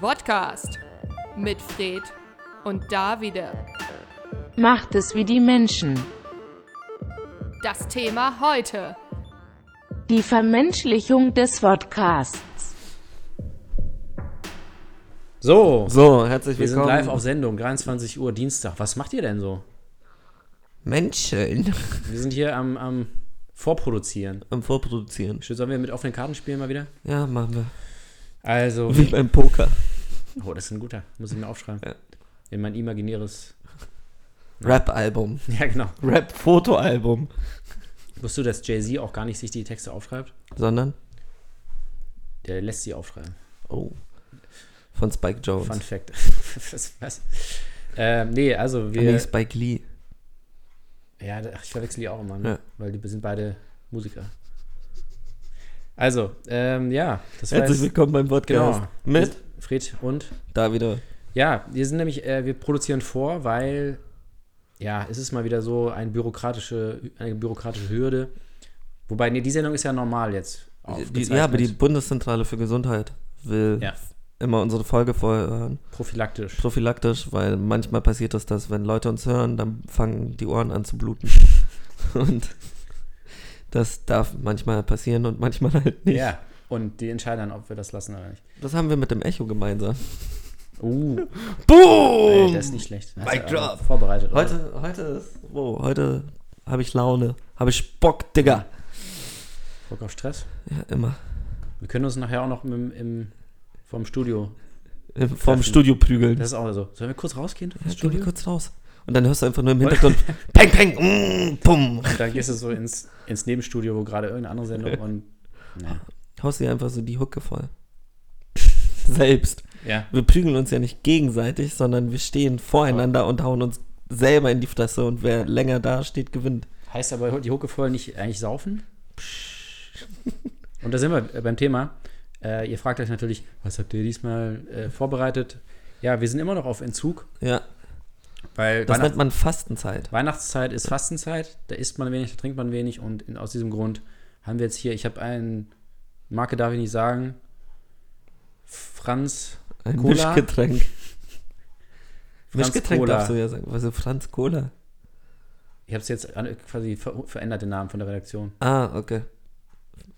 Podcast mit Fred und Davide. Macht es wie die Menschen. Das Thema heute. Die Vermenschlichung des Podcasts. So, So, herzlich wir sind willkommen. live auf Sendung, 23 Uhr Dienstag. Was macht ihr denn so? Menschen Wir sind hier am, am Vorproduzieren. am Vorproduzieren. Sollen wir mit offenen Karten spielen mal wieder? Ja, machen wir. Also, Wie beim Poker. oh, das ist ein guter. Muss ich mir aufschreiben. In mein imaginäres. Rap-Album. Ja, genau. Rap-Foto-Album. Wusstest du, dass Jay-Z auch gar nicht sich die Texte aufschreibt? Sondern? Der lässt sie aufschreiben. Oh. Von Spike Jones. Ah, Fun Fact. was? was? Ähm, nee, also wir. nee, Spike Lee. Ja, da- ach, ich verwechsel die auch immer, ne? Ja. weil die sind beide Musiker. Also, ähm, ja, das war Herzlich jetzt, willkommen beim Podcast. genau. Mit? Fred und Da wieder. Ja, wir sind nämlich, äh, wir produzieren vor, weil ja, es ist mal wieder so ein bürokratische, eine bürokratische Hürde. Wobei, nee, die Sendung ist ja normal jetzt. Die, ja, aber die Bundeszentrale für Gesundheit will Ja. immer unsere Folge vorher hören. prophylaktisch. Prophylaktisch, weil manchmal passiert es, dass wenn Leute uns hören, dann fangen die Ohren an zu bluten. Und das darf manchmal passieren und manchmal halt nicht. Ja. Und die entscheiden dann, ob wir das lassen oder nicht. Das haben wir mit dem Echo gemeinsam. Uh, ey, Boom! das ist nicht schlecht. Hast du Mic aber drop. Vorbereitet. oder? Heute, heute ist, wow, heute habe ich Laune, habe ich Bock, Digga. Bock auf Stress. Ja, immer. Wir können uns nachher auch noch im, im, vom Studio. Im, Äh, vorm Treffen. Studio prügeln. Das ist auch so. Sollen wir kurz rausgehen? vom Ja, geh mal Studio? kurz raus. Und dann hörst du einfach nur im Hintergrund, peng, peng, mm, pum. Und dann gehst du so ins, ins Nebenstudio, wo gerade irgendeine andere Sendung und. Na, Haust dir einfach so die Hucke voll. Selbst. ja. Wir prügeln uns ja nicht gegenseitig, sondern wir stehen voreinander und hauen uns selber in die Fresse und wer länger da steht, gewinnt. Heißt aber die Hucke voll nicht eigentlich saufen? Und da sind wir beim Thema. Äh, ihr fragt euch natürlich, was habt ihr diesmal äh, vorbereitet? Ja, wir sind immer noch auf Entzug, Ja, weil das nennt Weihnachts man Fastenzeit. Weihnachtszeit ist Fastenzeit. Da isst man wenig, da trinkt man wenig und in, aus diesem Grund haben wir jetzt hier, ich habe einen, Marke darf ich nicht sagen, Franz Ein Cola? Mischgetränk. Franz Mischgetränk Cola. darfst du ja sagen. Was ist Franz Cola? Ich habe es jetzt an- quasi ver verändert, den Namen von der Redaktion. Ah, okay.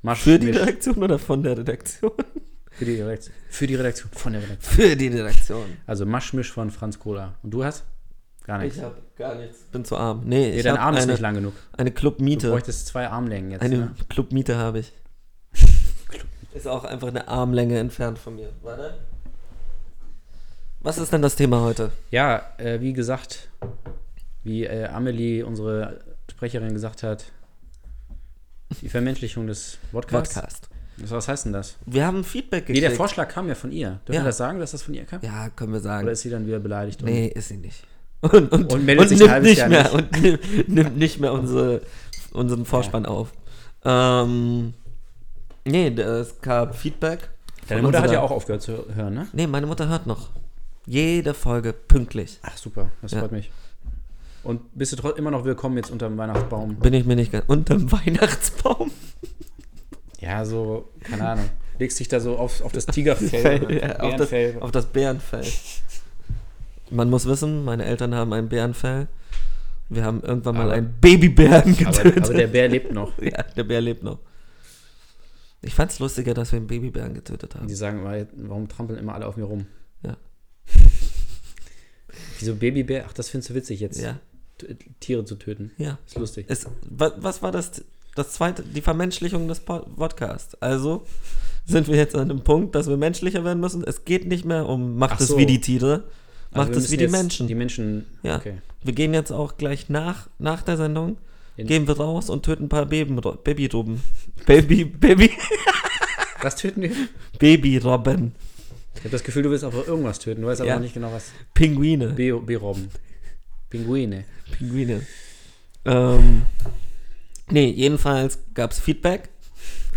Marsch, Für die Misch- Redaktion oder von der Redaktion? für die Redaktion. Für die Redaktion. Von der Redaktion. Für die Redaktion. Also Maschmisch von Franz Cola. Und du hast? Gar nichts. Ich habe gar nichts. Bin zu arm. Nee, Nee, ich dein habe Arm ist nicht eine, lang genug. eine Du Clubmiete. bräuchtest zwei Armlängen jetzt. Eine Ne? Clubmiete habe ich. Ist auch einfach eine Armlänge entfernt von mir. Warte. Was ist denn das Thema heute? Ja, äh, wie gesagt, wie äh, Amelie, unsere Sprecherin, gesagt hat, die Vermenschlichung des Podcasts. Podcast. Was, was heißt denn das? Wir haben Feedback gekriegt. Nee, der Vorschlag kam ja von ihr. Dürfen Ja. wir das sagen, dass das von ihr kam? ja, können wir Oder sagen. ist sie dann wieder beleidigt? und- Nee, ist sie nicht. Und, und, Und meldet sich ein nimmt halbes nicht Jahr mehr, nicht. Und nimmt, nimmt nicht mehr unsere, unseren Vorspann auf. Ähm, nee, es gab Feedback. Deine von Mutter hat unserer- ja auch aufgehört zu hören, ne? Nee, meine Mutter hört noch. Jede Folge pünktlich. Ach, super. Das Ja. freut mich. Und bist du trotzdem immer noch willkommen jetzt unter dem Weihnachtsbaum? Bin ich mir nicht ganz. Unterm Weihnachtsbaum. Ja, so, keine Ahnung. Legst dich da so auf, auf das Tigerfell. Fell, ja, auf, das, ne? Bärenfell. auf das Bärenfell. Man muss wissen, meine Eltern haben ein Bärenfell. Wir haben irgendwann mal Aber- einen Babybären aber, getötet. aber der Bär lebt noch. ja, der Bär lebt noch. Ich fand's lustiger, dass wir einen Babybären getötet haben. Die sagen immer, warum trampeln immer alle auf mir rum? Ja. Wieso Babybär? Ach, das findest du witzig jetzt, Ja, t- äh, Tiere zu töten. ja. Ist lustig. Es, was, was war das? Das zweite, die Vermenschlichung des Po- Podcasts. Also sind wir jetzt an dem Punkt, dass wir menschlicher werden müssen. Es geht nicht mehr um macht Ach es so. wie die Tiere, Also macht wir es wie müssen die jetzt Menschen. Die Menschen, Ja. okay. Wir gehen jetzt auch gleich nach, nach der Sendung, In- gehen wir raus und töten ein paar Beben, Babyrobben. Baby, Baby, Was töten wir? Ich Babyrobben. habe das Gefühl, du willst aber irgendwas töten. Du weißt aber Ja. noch nicht genau, was. Pinguine. B- B-Robben. Pinguine. Pinguine. Ähm, nee, jedenfalls gab es Feedback.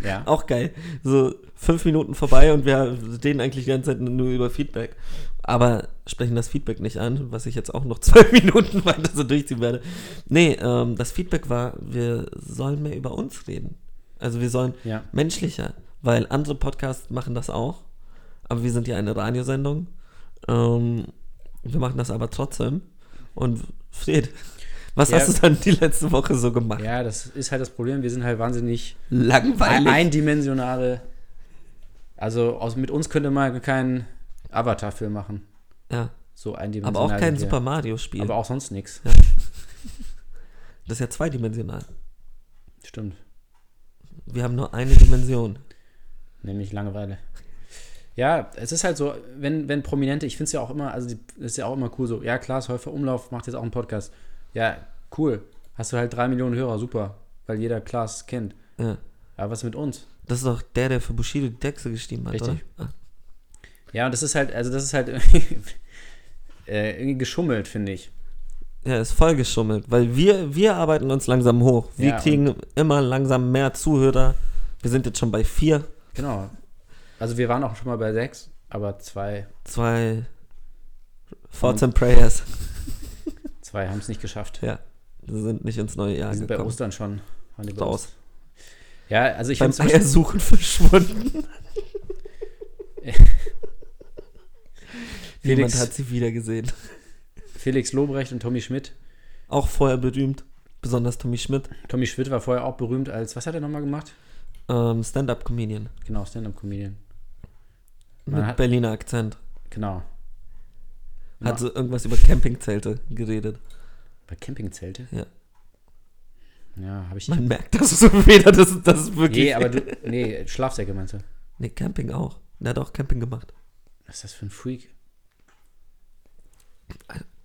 Ja. Auch geil. So fünf Minuten vorbei und wir reden eigentlich die ganze Zeit nur über Feedback. Aber sprechen das Feedback nicht an, was ich jetzt auch noch zwei Minuten weiter so durchziehen werde. Nee, ähm, das Feedback war, wir sollen mehr über uns reden. Also wir sollen Ja. menschlicher, weil andere Podcasts machen das auch. Aber wir sind ja eine Radiosendung. Ähm, wir machen das aber trotzdem. Und Fred, was Ja. hast du dann die letzte Woche so gemacht? Ja, das ist halt das Problem. Wir sind halt wahnsinnig Langweilig. eindimensionale. Also aus, mit uns könnte man keinen Avatar-Film machen. ja, So eindimensional. aber auch kein sind wir. Super Mario-Spiel. Aber auch sonst nichts. Das ist ja zweidimensional. Stimmt. Wir haben nur eine Dimension. Nämlich Langeweile. Ja, es ist halt so, wenn, wenn Prominente, ich finde es ja auch immer, also die, das ist ja auch immer cool so, ja, Klaas Häufer Umlauf macht jetzt auch einen Podcast. Ja, cool. Hast du halt drei Millionen Hörer, super. Weil jeder Klaas kennt. Ja. Aber was mit uns? Das ist doch der, der für Bushido die Texte geschrieben hat, Richtig. oder? Ah. Ja, und das ist halt, also das ist halt irgendwie, äh, irgendwie geschummelt, finde ich. Ja, ist voll geschummelt, weil wir, wir arbeiten uns langsam hoch. Wir Ja, und- kriegen immer langsam mehr Zuhörer. Wir sind jetzt schon bei vier, Genau. Also wir waren auch schon mal bei sechs, aber zwei, zwei Thoughts and Prayers. zwei haben es nicht geschafft. Ja, wir sind nicht ins neue Jahr Wir sind bei gekommen. Ostern schon. waren die bei Raus. uns. Ja, also ich Beim finde Eiersuchen verschwunden. Niemand Felix, hat sie wieder gesehen. Felix Lobrecht und Tommy Schmidt. Auch vorher berühmt, besonders Tommy Schmidt, Tommy Schmidt war vorher auch berühmt als, was hat er nochmal gemacht? ähm, Stand-Up-Comedian Genau, Stand-Up-Comedian. Man mit hat- Berliner Akzent. Genau. Hat so irgendwas über Campingzelte geredet. Bei Campingzelte? Ja. Ja, habe ich nicht. Man merkt das so weder, das, das ist wirklich. Nee, aber du, nee, Schlafsäcke meinst du. Nee, Camping auch. Der hat auch Camping gemacht. Genau. Was ist das für ein Freak?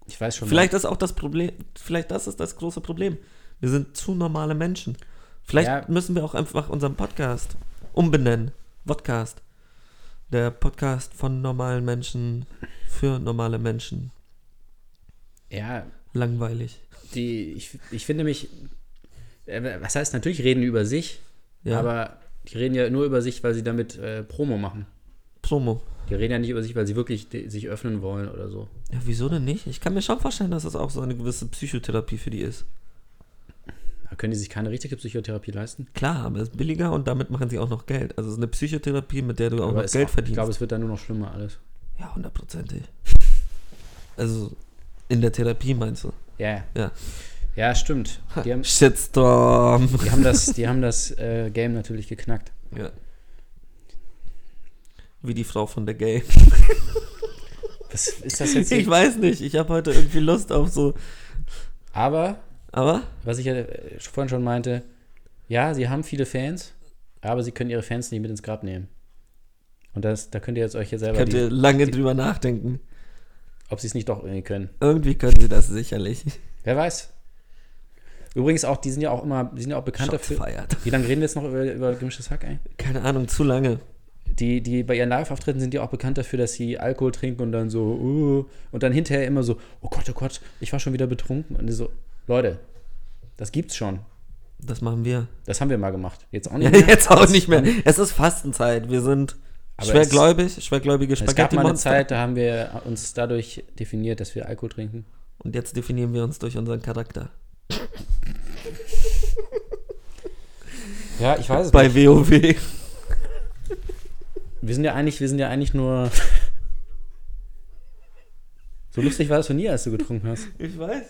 Ich weiß schon. Vielleicht ist auch das Problem, vielleicht das ist das große Problem. Wir sind zu normale Menschen. Vielleicht Ja. müssen wir auch einfach unseren Podcast umbenennen. Podcast. Der Podcast von normalen Menschen für normale Menschen. Ja, Langweilig. die, ich, ich finde mich, äh, was heißt natürlich reden die über sich, Ja, aber die reden ja nur über sich, weil sie damit äh, Promo machen. Promo. Die reden ja nicht über sich, weil sie wirklich de- sich öffnen wollen oder so. Ja, wieso denn nicht? Ich kann mir schon vorstellen, dass das auch so eine gewisse Psychotherapie für die ist. Da können die sich keine richtige Psychotherapie leisten. Klar, aber es ist billiger und damit machen sie auch noch Geld. Also es ist eine Psychotherapie, mit der du auch Aber noch es- Geld Ich verdienst. glaube, es wird dann nur noch schlimmer alles. Ja, hundertprozentig. Also in der Therapie meinst du? Ja, Ja. ja, stimmt. Die haben, Shitstorm. die haben das, die haben das äh, Game natürlich geknackt. Ja. Wie die Frau von der Gay. Was ist das jetzt? Ich Hier? weiß nicht, ich habe heute irgendwie Lust auf so. Aber, Aber was ich ja äh, vorhin schon meinte, ja, sie haben viele Fans, aber sie können ihre Fans nicht mit ins Grab nehmen. Und das, da könnt ihr jetzt euch ja selber, könnt die, ihr lange drüber nachdenken. ob sie es nicht doch irgendwie können. Irgendwie können sie das sicherlich. Wer weiß. Übrigens auch, die sind ja auch immer, die sind ja auch bekannt Shots dafür. feiert. Wie lange reden wir jetzt noch über, über gemischtes Hack, ey? Keine Ahnung, zu lange. Die, die bei ihren Live-Auftritten sind ja auch bekannt dafür, dass sie Alkohol trinken und dann so, uh, und dann hinterher immer so, oh Gott, oh Gott, ich war schon wieder betrunken. Und die so, Leute, das gibt's schon. Das machen wir. Das haben wir mal gemacht. Jetzt auch Ja, nicht mehr. jetzt auch nicht mehr. Es ist Fastenzeit. Wir sind Aber schwergläubig, schwergläubige Es gab mal eine Spaghetti-Monster. Zeit, da haben wir uns dadurch definiert, dass wir Alkohol trinken. Und jetzt definieren wir uns durch unseren Charakter. Ja, ich weiß es Bei WoW. Wir sind ja eigentlich, wir sind ja eigentlich nur. so lustig war das noch nie, als du getrunken hast. Ich weiß.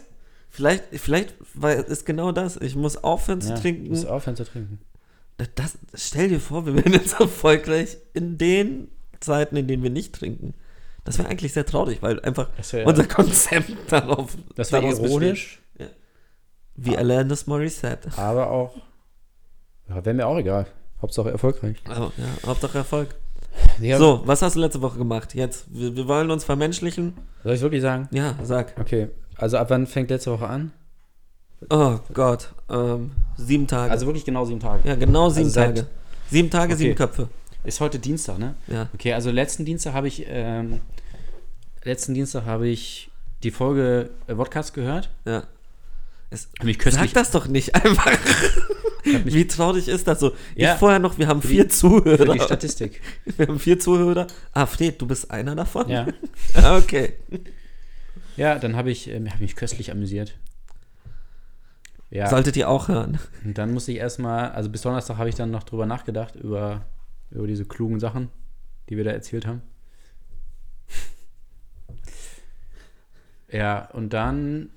Vielleicht, vielleicht weil es ist genau das. Ich muss aufhören zu Ja, Du musst trinken. aufhören zu trinken. Das, stell dir vor, wir wären jetzt erfolgreich in den Zeiten, in denen wir nicht trinken. Das wäre eigentlich sehr traurig, weil einfach Das wär- unser Konzept darauf. Das war daraus ironisch, Besteht. Wie Alanis Morissette. aber auch. Ja, wäre mir auch egal. Hauptsache erfolgreich. Also, ja, Hauptsache Erfolg. Ja, So, was hast du letzte Woche gemacht? Jetzt, wir, wir wollen uns vermenschlichen. Soll ich wirklich sagen? Ja, sag. Okay. Also ab wann fängt letzte Woche an? Oh Gott, ähm, sieben Tage. Also wirklich genau sieben Tage. ja, genau sieben seit- Tage. Sieben Tage, sieben Okay. Köpfe. Ist heute Dienstag, ne? Ja. Okay, also letzten Dienstag habe ich, ähm, letzten Dienstag habe ich die Folge äh, Podcast gehört. Ja. Es, Hab mich sag köstlich, das doch nicht einfach. mich- Wie traurig ist das so? Ja. Ich vorher noch, wir haben die- vier für die Zuhörer. Statistik. Wir haben vier Zuhörer. Ah, Fred, du bist einer davon? Ja, Ah, okay. ja dann habe ich, ähm, hab mich köstlich amüsiert. Ja, Solltet ihr auch hören. und dann musste ich erstmal, also bis Donnerstag habe ich dann noch drüber nachgedacht, über, über diese klugen Sachen, die wir da erzählt haben. Ja, und dann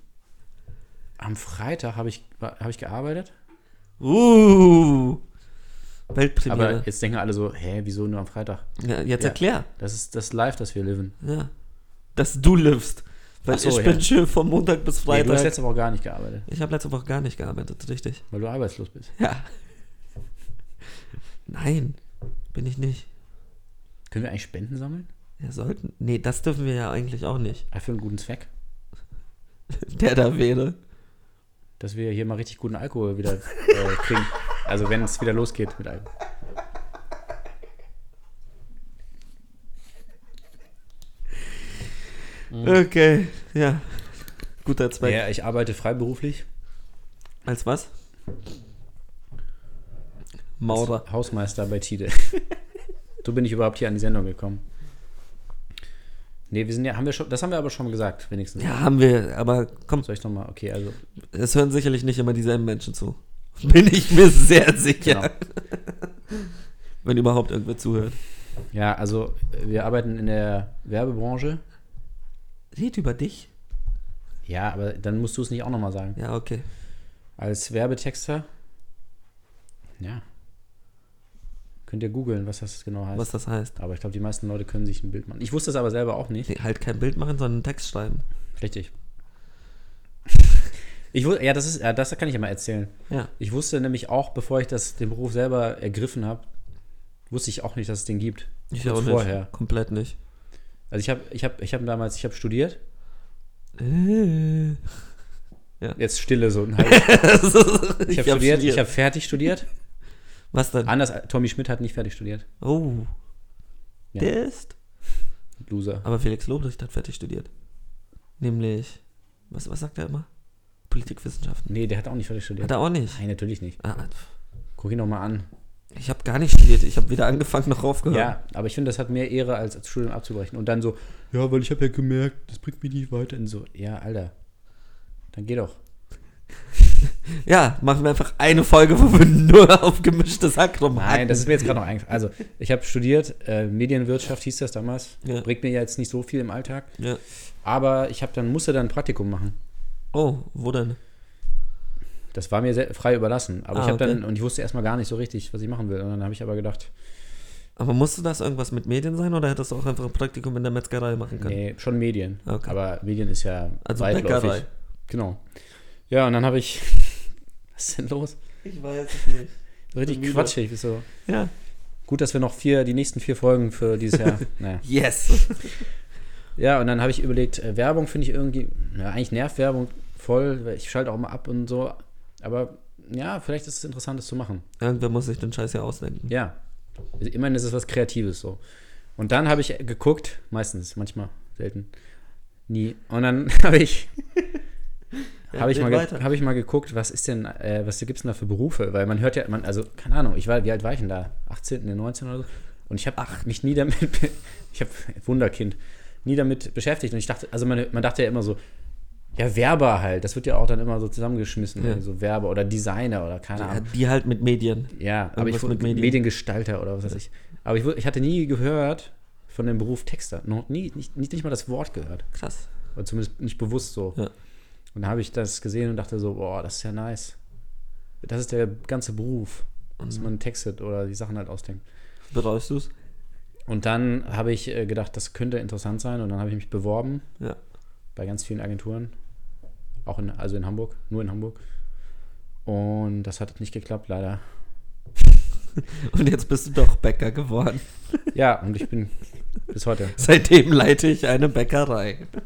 am Freitag habe ich, war- hab ich gearbeitet. Uh, Aber Weltpremiere. jetzt denken alle so, hä, wieso nur am Freitag? ja, jetzt Ja. erklär. Das ist das Live, das wir leben. Ja. Dass du lebst. Weil Ach so, ich ja. bin schön von Montag bis Nee, du hast Freitag. letzte Woche gar nicht gearbeitet, ich habe letzte Woche gar nicht gearbeitet, richtig. weil du arbeitslos bist. Ja. Nein, bin ich nicht. Können wir eigentlich Spenden sammeln? Wir sollten. Nee, das dürfen wir ja eigentlich auch nicht. Ah, Für einen guten Zweck. Der da wäre. Dass wir hier mal richtig guten Alkohol wieder äh, kriegen. Also wenn es wieder losgeht mit Alkohol. Okay, ja. Guter Zweck. Mhm. Ja, ich arbeite freiberuflich. Als was? Maurer. Hausmeister bei Tide. so bin ich überhaupt hier an die Sendung gekommen. Nee, wir sind ja, haben wir schon, das haben wir aber schon mal gesagt, wenigstens. Ja, haben wir, aber komm, Soll ich nochmal? Okay, also. es hören sicherlich nicht immer dieselben Menschen zu. Bin ich mir sehr sicher. Genau. Wenn überhaupt irgendwer zuhört. Ja, also wir arbeiten in der Werbebranche. Red über dich? Ja, aber dann musst du es nicht auch nochmal sagen. Ja, okay. Als Werbetexter. Ja. Könnt ihr googeln, was das genau heißt. Was das heißt. Aber ich glaube, die meisten Leute können sich ein Bild machen. Ich wusste es aber selber auch nicht. Nee, halt kein Bild machen, sondern einen Text schreiben. Richtig. Ich wusste, ja, das ist, ja, das kann ich ja mal erzählen. Ja. Ich wusste nämlich auch, bevor ich das, den Beruf selber ergriffen habe, wusste ich auch nicht, dass es den gibt. Ich Kurz auch nicht. vorher. Komplett nicht. Also ich habe, ich habe, ich habe damals, ich habe studiert. Äh. Jetzt Stille so. Nein, ich ich habe studiert, ich habe fertig studiert. Was denn? Anders, als- Tommy Schmidt hat nicht fertig studiert. Oh. Ja. Der ist. Loser. Aber Felix Lobrecht hat fertig studiert. Nämlich. Was, was sagt er immer? Politikwissenschaften. Nee, der hat auch nicht fertig Hat studiert. er auch nicht. Nein, natürlich nicht. Ah, pf. Guck ihn nochmal an. ich habe gar nicht studiert. Ich habe weder angefangen noch aufgehört. Ja, aber ich finde, das hat mehr Ehre, als als Studium abzubrechen. Und dann so, ja, weil ich habe ja gemerkt, das bringt mich nicht weiter. Und so, ja, Alter, dann geh doch. Ja, machen wir einfach eine Folge, wo wir nur auf gemischtes Hack rumhacken. Nein, das ist mir jetzt gerade noch eingefallen. Also, ich habe studiert, äh, Medienwirtschaft hieß das damals. Ja. Bringt mir ja jetzt nicht so viel im Alltag. Ja. Aber ich habe dann, musste dann ein Praktikum machen. Oh, wo denn? Das war mir sehr frei überlassen. Aber Ah, ich habe okay. dann, und ich wusste erstmal gar nicht so richtig, was ich machen will. Und dann habe ich aber gedacht, Aber musste das irgendwas mit Medien sein oder hättest du auch einfach ein Praktikum in der Metzgerei machen können? nee, schon Medien. Okay. Aber Medien ist ja Also weitläufig. Bäckerei. Genau. Ja, und dann habe ich, was ist denn los? Ich weiß es nicht. So richtig Bin müde. quatschig. Ist so. Ja. Gut, dass wir noch vier, die nächsten vier Folgen für dieses Jahr. naja. Yes. Ja, und dann habe ich überlegt, äh, Werbung finde ich irgendwie, na, eigentlich nervt Werbung voll, weil ich schalte auch mal ab und so. Aber ja, vielleicht ist es interessant, das zu machen. Irgendwer muss sich den Scheiß ja ausdenken. Ja. Also Immerhin ist es was Kreatives so. Und dann habe ich geguckt, meistens, manchmal, selten, nie. Und dann habe ich, Ja, habe ich, red mal ge- weiter. habe ich mal geguckt, was ist denn, äh, was gibt es denn da für Berufe? Weil man hört ja, man, also, keine Ahnung, ich war, wie alt war ich denn da? 18, nee, 19 oder so? Und ich habe mich nie damit, be- ich habe, Wunderkind, nie damit beschäftigt. Und ich dachte, also man, man dachte ja immer so, ja, Werber halt, das wird ja auch dann immer so zusammengeschmissen, Ja. so Werber oder Designer oder keine Ahnung. Ja, die halt mit Medien. Ja, aber ich Irgendwas mit wurde Medien. Mediengestalter oder was weiß ich. Aber ich, wu- ich hatte nie gehört von dem Beruf Texter. Noch nie, nicht, nicht, nicht mal das Wort gehört. Krass. Oder zumindest nicht bewusst so. Ja. Und dann habe ich das gesehen und dachte so, boah, das ist ja nice. Das ist der ganze Beruf, Mhm. dass man textet oder die Sachen halt ausdenkt. Bereust du's? Und dann habe ich äh, gedacht, das könnte interessant sein. Und dann habe ich mich beworben Ja. bei ganz vielen Agenturen. Auch in, also in Hamburg, nur in Hamburg. Und das hat nicht geklappt, leider. Und jetzt bist du doch Bäcker geworden. Ja, und ich bin bis heute. Seitdem leite ich eine Bäckerei.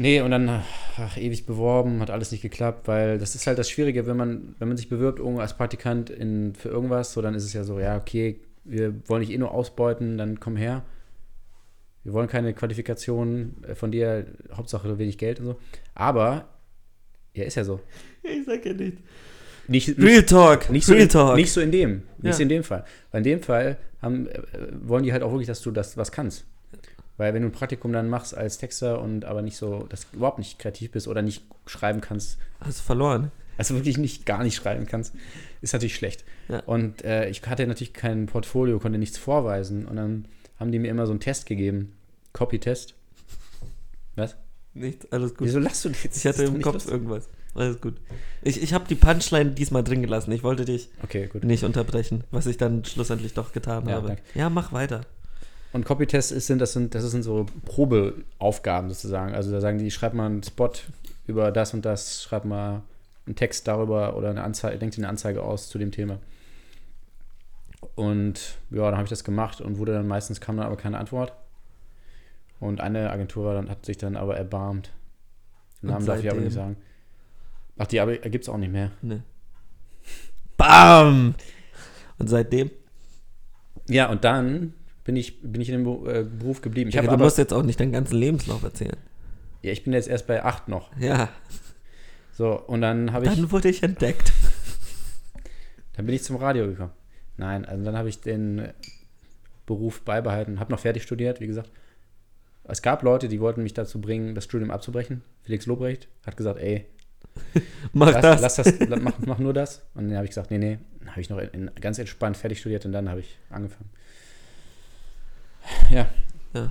Nee, und dann ach, ewig beworben, hat alles nicht geklappt, weil das ist halt das Schwierige, wenn man, wenn man sich bewirbt irgendwo als Praktikant in, für irgendwas, so dann ist es ja so, ja, okay, wir wollen dich eh nur ausbeuten, dann komm her. Wir wollen keine Qualifikationen äh, von dir, Hauptsache wenig Geld und so. Aber, ja, ist ja so. Ich sag ja nichts. Nicht, nicht, Real Talk. nicht, so, Real in, Talk. nicht so in dem. Nicht Ja. so in dem Fall. Weil in dem Fall haben, äh, wollen die halt auch wirklich, dass du das was kannst. Weil wenn du ein Praktikum dann machst als Texter und aber nicht so, dass du überhaupt nicht kreativ bist oder nicht schreiben kannst, Hast du verloren. also wirklich nicht gar nicht schreiben kannst, ist natürlich schlecht. Ja. Und äh, ich hatte natürlich kein Portfolio, konnte nichts vorweisen. Und dann haben die mir immer so einen Test gegeben, Copy-Test. Was? Nichts, alles gut. Wieso lachst du denn jetzt? Ich hatte Das ist im doch Kopf nicht lustig. irgendwas. Alles gut. Ich, ich habe die Punchline diesmal drin gelassen. Ich wollte dich Okay, gut. nicht unterbrechen, was ich dann schlussendlich doch getan Ja, habe. danke. Ja, mach weiter. Und Copytests ist, sind, das sind, das sind so Probeaufgaben sozusagen. Also da sagen die, schreib mal einen Spot über das und das, schreib mal einen Text darüber oder eine Anzeige, denkt dir eine Anzeige aus zu dem Thema. Und ja, dann habe ich das gemacht und wurde dann meistens kam dann aber keine Antwort. Und eine Agentur war dann, hat sich dann aber erbarmt. Den Und Namen darf ich aber seitdem? nicht sagen. Ach, die gibt es auch nicht mehr. Nee. Ne. Bam! Und seitdem, Ja, und dann bin ich, bin ich in dem Be- äh, Beruf geblieben. Ich, ja, hab du aber, musst jetzt auch nicht deinen ganzen Lebenslauf erzählen. ja, ich bin jetzt erst bei 8 noch. Ja, So, und dann habe ich. dann wurde ich entdeckt. Dann bin ich zum Radio gekommen. Nein, also dann habe ich den Beruf beibehalten, habe noch fertig studiert, wie gesagt. Es gab Leute, die wollten mich dazu bringen, das Studium abzubrechen. Felix Lobrecht hat gesagt, ey, Mach lass Oh, das. das, lass das la- mach, mach nur das. Und dann habe ich gesagt, nee, nee, dann habe ich noch in, in, ganz entspannt fertig studiert und dann habe ich angefangen. Mhm. Ja, Dann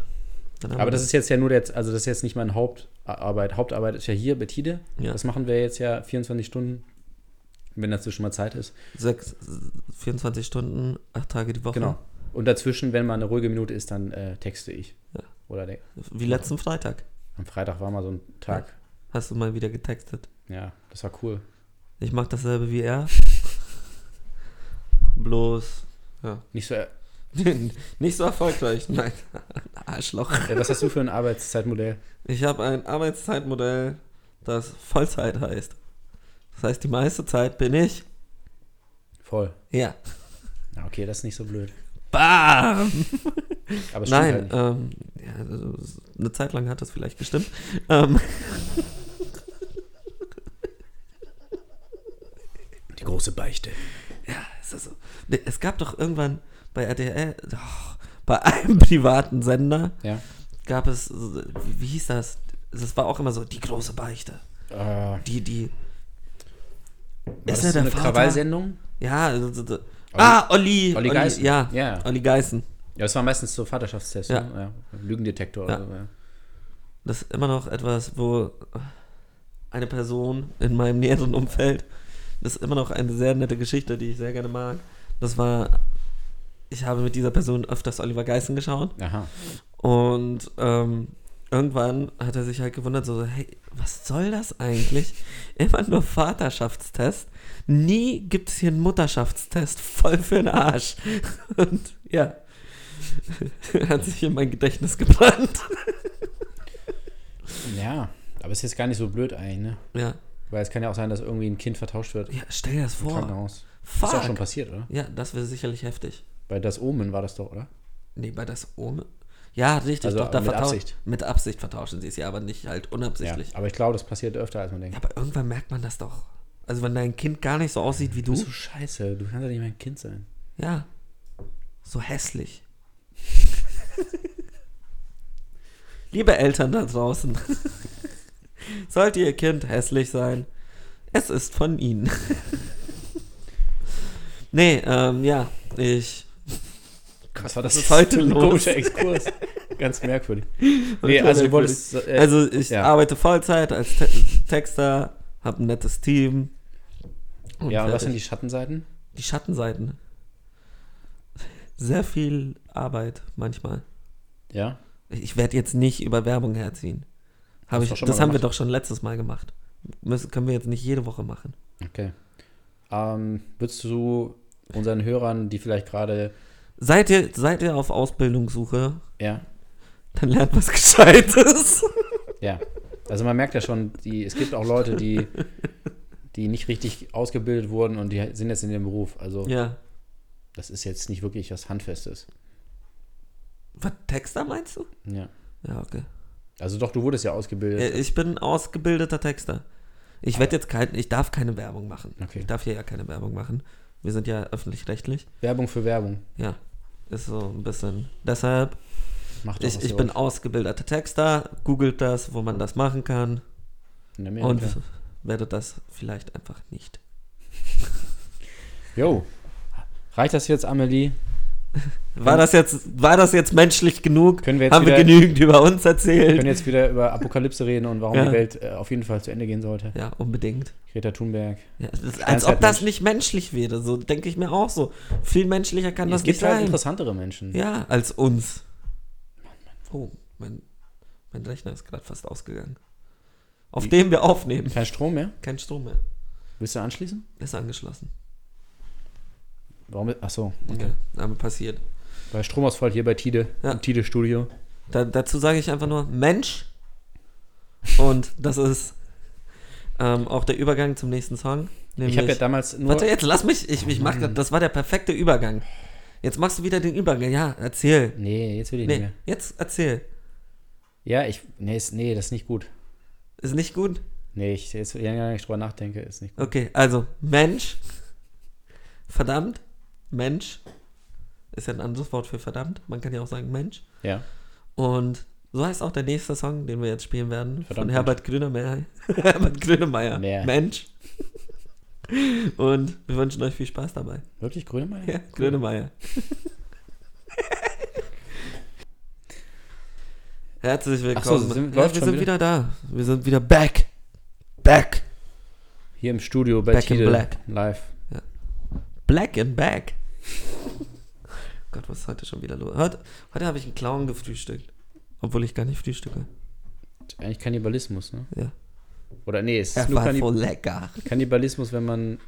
haben aber wir das ist jetzt ja nur der, also das ist jetzt nicht meine Hauptarbeit. Hauptarbeit ist ja hier Betide. Ja. Das machen wir jetzt ja 24 Stunden, wenn dazwischen mal Zeit ist. sechs, 24 Stunden, acht Tage die Woche. Genau. Und dazwischen, wenn mal eine ruhige Minute ist, dann äh, texte ich. Ja. Oder der, Wie letzten Freitag am Freitag war mal so ein Tag. hast du mal wieder getextet. Ja, das war cool. Ich mach dasselbe wie er. Bloß Nicht so. Äh, nicht so erfolgreich. Nein, Arschloch. was hast du für ein Arbeitszeitmodell? Ich habe ein Arbeitszeitmodell, das Vollzeit heißt. Das heißt, die meiste Zeit bin ich. Voll. Ja. Ja, okay, das ist nicht so blöd. Bam! Aber es stimmt halt Nein, nicht. ähm, ja, also, s- eine Zeit lang hat das vielleicht gestimmt. Ähm, äh, Die große Beichte. es ist so, Ne, es gab doch irgendwann bei RTL, doch, bei einem privaten Sender, Ja. gab es, so- wie wie hieß das? Das war auch immer so, die große Beichte. Äh, war Die, die. das er so der eine Vater? Krawallsendung? Ja, also, so- so- ah, Olli. Olli Geißen. Ja, Ja. Olli Geißen. Ja, es war meistens so Vaterschaftstest. Ja. Ne? Ja. Lügendetektor. Ja. Oder so, ja. Das ist immer noch etwas, wo eine Person in meinem näheren Umfeld, das ist immer noch eine sehr nette Geschichte, die ich sehr gerne mag. Das war, ich habe mit dieser Person öfters Oliver Geißen geschaut Aha. und ähm, irgendwann hat er sich halt gewundert, so, hey, was soll das eigentlich? Immer nur Vaterschaftstest. Nie gibt es hier einen Mutterschaftstest. Voll für den Arsch. Und ja, hat sich in mein Gedächtnis gebrannt. Ja, aber es ist jetzt gar nicht so blöd eigentlich, ne? Ja. Weil es kann ja auch sein, dass irgendwie ein Kind vertauscht wird. Ja, stell dir das Im vor. Krankenhaus. Fuck. Ist auch schon passiert, oder? ja, das wäre sicherlich heftig. Bei Das Omen war das doch, oder? Nee, bei das Omen. Ja, richtig. Also, doch, da mit vertau- Absicht. Mit Absicht vertauschen sie es ja, aber nicht halt Ja. unabsichtlich. Ja. Aber ich glaube, das passiert öfter, als man denkt. aber irgendwann merkt man das doch. Also wenn dein Kind gar nicht so aussieht wie du. Bist du scheiße? Du kannst ja nicht mein Kind sein. Ja. So hässlich. Liebe Eltern da draußen. Sollte ihr Kind hässlich sein, es ist von ihnen. nee, ähm, ja, ich Was war das ist heute für ein los? Komischer Exkurs. Ganz merkwürdig. Nee, also du wolltest. Äh, Also ich ja. arbeite Vollzeit als Te Texter, habe ein nettes Team. ja, und was sind die fertig. Schattenseiten? die Schattenseiten? Sehr viel Arbeit manchmal. Ja. Ich werde jetzt nicht über Werbung herziehen. Hab Hast ich, du das schon mal haben wir gemacht. doch schon letztes Mal gemacht. Müssen, können wir jetzt nicht jede Woche machen. Okay. Ähm, würdest du unseren Hörern, die vielleicht gerade. Seid ihr, seid ihr auf Ausbildungssuche, Ja, dann lernt was Gescheites. ja. Also man merkt ja schon, die, es gibt auch Leute, die, die nicht richtig ausgebildet wurden und die sind jetzt in dem Beruf. Also ja. das ist jetzt nicht wirklich was Handfestes. Was, Texter meinst du? Ja. Ja, okay. Also doch, du wurdest ja ausgebildet. Äh, Ich bin ausgebildeter Texter. Ich werde jetzt kein, ich darf keine Werbung machen. Ah. Okay. Ich darf hier ja keine Werbung machen. Wir sind ja öffentlich-rechtlich. Werbung für Werbung. Ja, ist so ein bisschen. Deshalb, Macht doch ich, was ich ihr bin wollt. ausgebildeter Texter. Googelt das, wo man das machen kann. In Amerika. Und werdet das vielleicht einfach nicht. Jo. Reicht das jetzt, Amelie? War das jetzt, war das jetzt menschlich genug? Können wir jetzt Haben wir wieder- genügend über uns Wir können erzählt? jetzt wieder über Apokalypse reden und warum Ja. die Welt äh, auf jeden Fall zu Ende gehen sollte. Ja, unbedingt. Greta Thunberg. Ja, das, ist, als ob das Mensch. nicht menschlich wäre. So denke ich mir auch so. Viel menschlicher kann das es gibt nicht halt sein. interessantere Menschen. ja, als uns. Oh, mein, mein Rechner ist gerade fast ausgegangen. Auf dem wir aufnehmen. Kein Strom mehr? Kein Strom mehr. Willst du anschließen? Ist angeschlossen. Warum? Achso, Okay. Aber passiert. bei Stromausfall hier bei Tide, Ja. im Tide-Studio. Da, dazu sage ich einfach nur Mensch. Und das ist ähm, auch der Übergang zum nächsten Song. Ich habe ja damals nur. Warte, jetzt lass mich. Ich, ich mach grad, das war der perfekte Übergang. Jetzt machst du wieder den Übergang. Ja, erzähl. Nee, jetzt will ich nicht Nee, mehr. jetzt erzähl. Ja, ich. Nee, ist, nee, das ist nicht gut. Ist nicht gut? Nee, ich, jetzt, je länger ich drüber nachdenke, ist nicht gut. Okay, also Mensch. Verdammt. Mensch. Ist ja ein anderes Wort für verdammt. Man kann ja auch sagen Mensch. Ja. Und so heißt auch der nächste Song, den wir jetzt spielen werden. Verdammt, von Herbert Grönemeyer. Herbert Grönemeyer. Nee. Mensch. Und wir wünschen euch viel Spaß dabei. Wirklich Grönemeyer? Ja, Grönemeyer. Herzlich willkommen. Ach so, sind- ja, läuft wir schon sind wieder? wieder? da. Wir sind wieder back. Back. Hier im Studio bei Back in Tide. Black. Live. Black and back. Gott, was ist heute schon wieder los? Heute, heute habe ich einen Clown gefrühstückt. Obwohl ich gar nicht frühstücke. Eigentlich Kannibalismus, ne? Ja. Oder nee, es ist Er nur war Kannib voll lecker. Kannibalismus, wenn man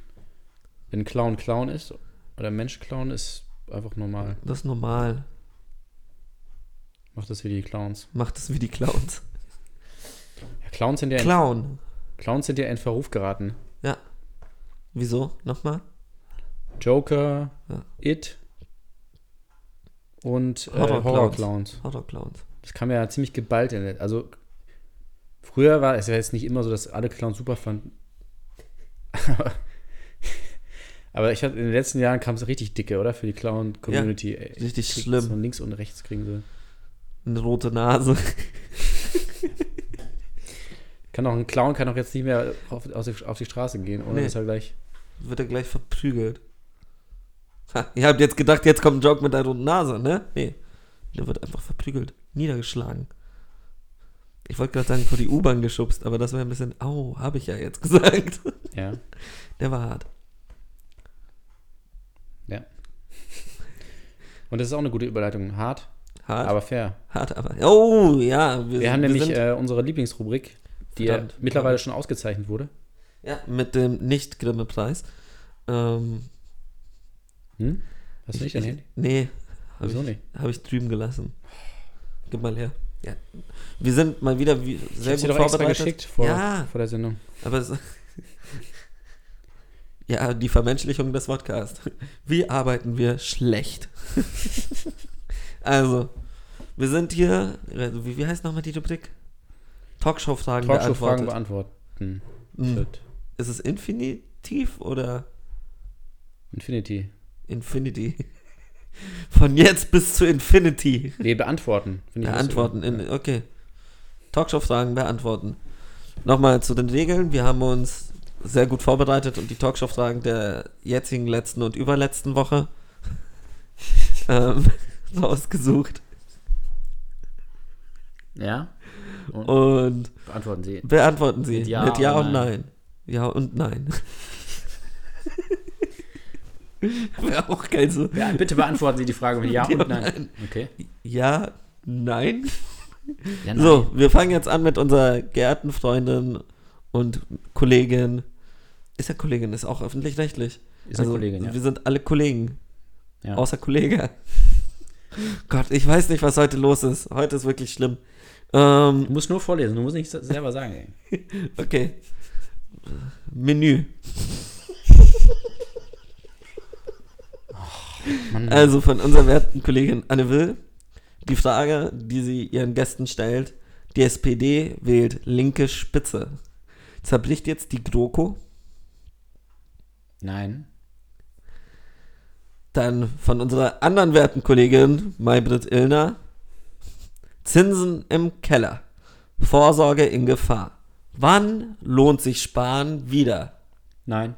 wenn Clown Clown ist oder Mensch Clown ist einfach normal. Das ist normal. Macht das wie die Clowns. Macht es wie die Clowns. Ja, Clowns sind ja in, Clown. Clowns sind ja in Verruf geraten. Ja. Wieso? Nochmal? Joker, Ja. It und äh, Horror-Clowns. Horror-Clowns. Horror-Clowns. das kam ja ziemlich geballt in. Also früher war es ja jetzt nicht immer so, dass alle Clowns super fanden. Aber- Aber ich hatte in den letzten Jahren kam es richtig dicke, oder? Für die Clown-Community. ey. richtig Kriegt schlimm. Von links und rechts kriegen sie. Eine rote Nase. Kann auch ein Clown kann auch jetzt nicht mehr auf, auf, die, auf die Straße gehen, ohne Nee. dass er gleich. Wird er gleich verprügelt. Ha, ihr habt jetzt gedacht, jetzt kommt ein Joke mit der roten Nase, ne? Nee. Der wird einfach verprügelt. Niedergeschlagen. Ich wollte gerade sagen, vor die U-Bahn geschubst, aber das wäre ein bisschen. Au, habe ich ja jetzt gesagt. Ja. Der war hart. Ja. Und das ist auch eine gute Überleitung. Hart, Hart, aber. aber fair. Hart, aber. Oh, ja. Wir, haben nämlich sind- äh, unsere Lieblingsrubrik, die ja Verdammt. mittlerweile schon ausgezeichnet wurde. ja, mit dem Nicht-Grimme-Preis. Ähm, Hm? Hast du nicht dein Ich- Handy? Nee. hab Wieso ich, nicht? Habe ich drüben gelassen. Gib mal her. Ja. Wir sind mal wieder wie, sehr Ich hab sie gut doch extra vorbereitet. geschickt vor, ja, vor der Sendung. aber es, ja, die Vermenschlichung des Podcasts. Wie arbeiten wir schlecht? also, wir sind hier, wie, wie heißt nochmal die Rubrik? Talkshow-Fragen Talkshow-Fragen beantwortet. beantworten. Hm. Mhm. Shit. Ist es Infinitiv oder Infinity. Infinity? Von jetzt bis zu Infinity. Nee, beantworten. Find ich Beantworten, lustig. in, okay. Talkshow-Fragen beantworten. Nochmal zu den Regeln. Wir haben uns sehr gut vorbereitet und die Talkshow-Fragen der jetzigen, letzten und überletzten Woche ähm, rausgesucht. Ja, Und beantworten Sie. beantworten sie mit Ja, und oder Nein. Ja und Nein. Wäre auch geil so. Ja, bitte beantworten Sie die Frage mit Ja und Nein. Okay. Ja, Nein. Ja, So, wir fangen jetzt an mit unserer geehrten Freundin und Kollegin. Ist ja Kollegin, ist auch öffentlich-rechtlich. Ist eine Kollegin, ja. Also, Wir sind alle Kollegen, Ja. außer Kollege. Gott, ich weiß nicht, was heute los ist. Heute ist wirklich schlimm. Ähm, Du musst nur vorlesen, du musst nicht selber sagen. Ey. okay. Menü. Mann. Also von unserer werten Kollegin Anne Will. Die Frage, die sie ihren Gästen stellt, die SPD wählt linke Spitze. Zerbricht jetzt die GroKo? Nein. Dann von unserer anderen werten Kollegin, Maybrit Illner. Zinsen im Keller. Vorsorge in Gefahr. Wann lohnt sich Sparen wieder? Nein.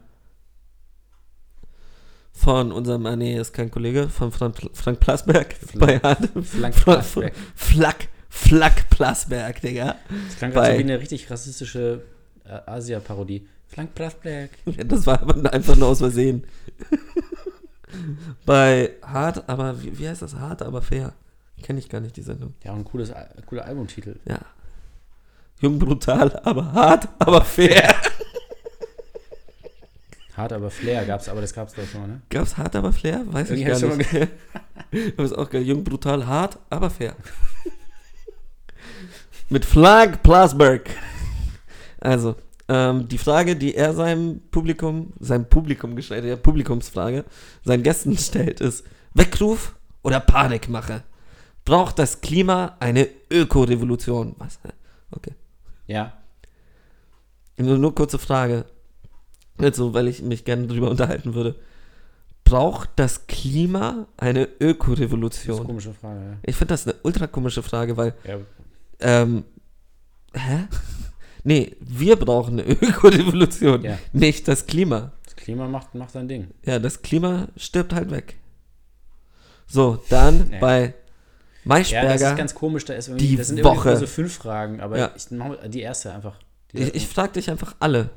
von unserem, ah nee, ist kein Kollege, von Frank, Frank Plasberg bei Hart. Frank Fra- Plasberg. Flack, Flack Plasberg, Digga. Das klang gerade so Bei- wie eine richtig rassistische äh, Asia-Parodie. Flank Black. Das war aber einfach nur aus Versehen. bei Hart, aber, wie, wie heißt das? Hart, aber fair. Kenne ich gar nicht, die Sendung. Ja, ein cooles, Al- cooler Albumtitel. Ja. Jung, brutal, aber hart, aber fair. Hart, aber Flair gab's, aber das gab's doch schon mal, ne? Gab's hart, aber fair? Weiß ich Irgendwie gar hab ich schon nicht. Aber ist auch geil. Jung, brutal, hart, aber fair. Mit Flag Plasberg. Also, ähm, die Frage, die er seinem Publikum, seinem Publikum gestellt, ja, Publikumsfrage, seinen Gästen stellt, ist Weckruf oder Panikmache? Braucht das Klima eine Ökorevolution? Was? Hä? Okay. Ja. Nur, nur kurze Frage. Also, weil ich mich gerne drüber unterhalten würde. Braucht das Klima eine Das ist eine Ökorevolution? komische Frage, Ich finde das eine ultra komische Frage, weil, ja. ja. ähm, hä? Nee, wir brauchen eine Ökorevolution, Ja. nicht das Klima. Das Klima macht, macht sein Ding. Ja, das Klima stirbt halt weg. So, dann Ja. bei Ja, das Maischberger. ist ganz komisch, da ist irgendwie, Die das sind Woche. immer so fünf Fragen, aber Ja. ich mach mal die erste einfach. Die ich ich frage dich einfach alle.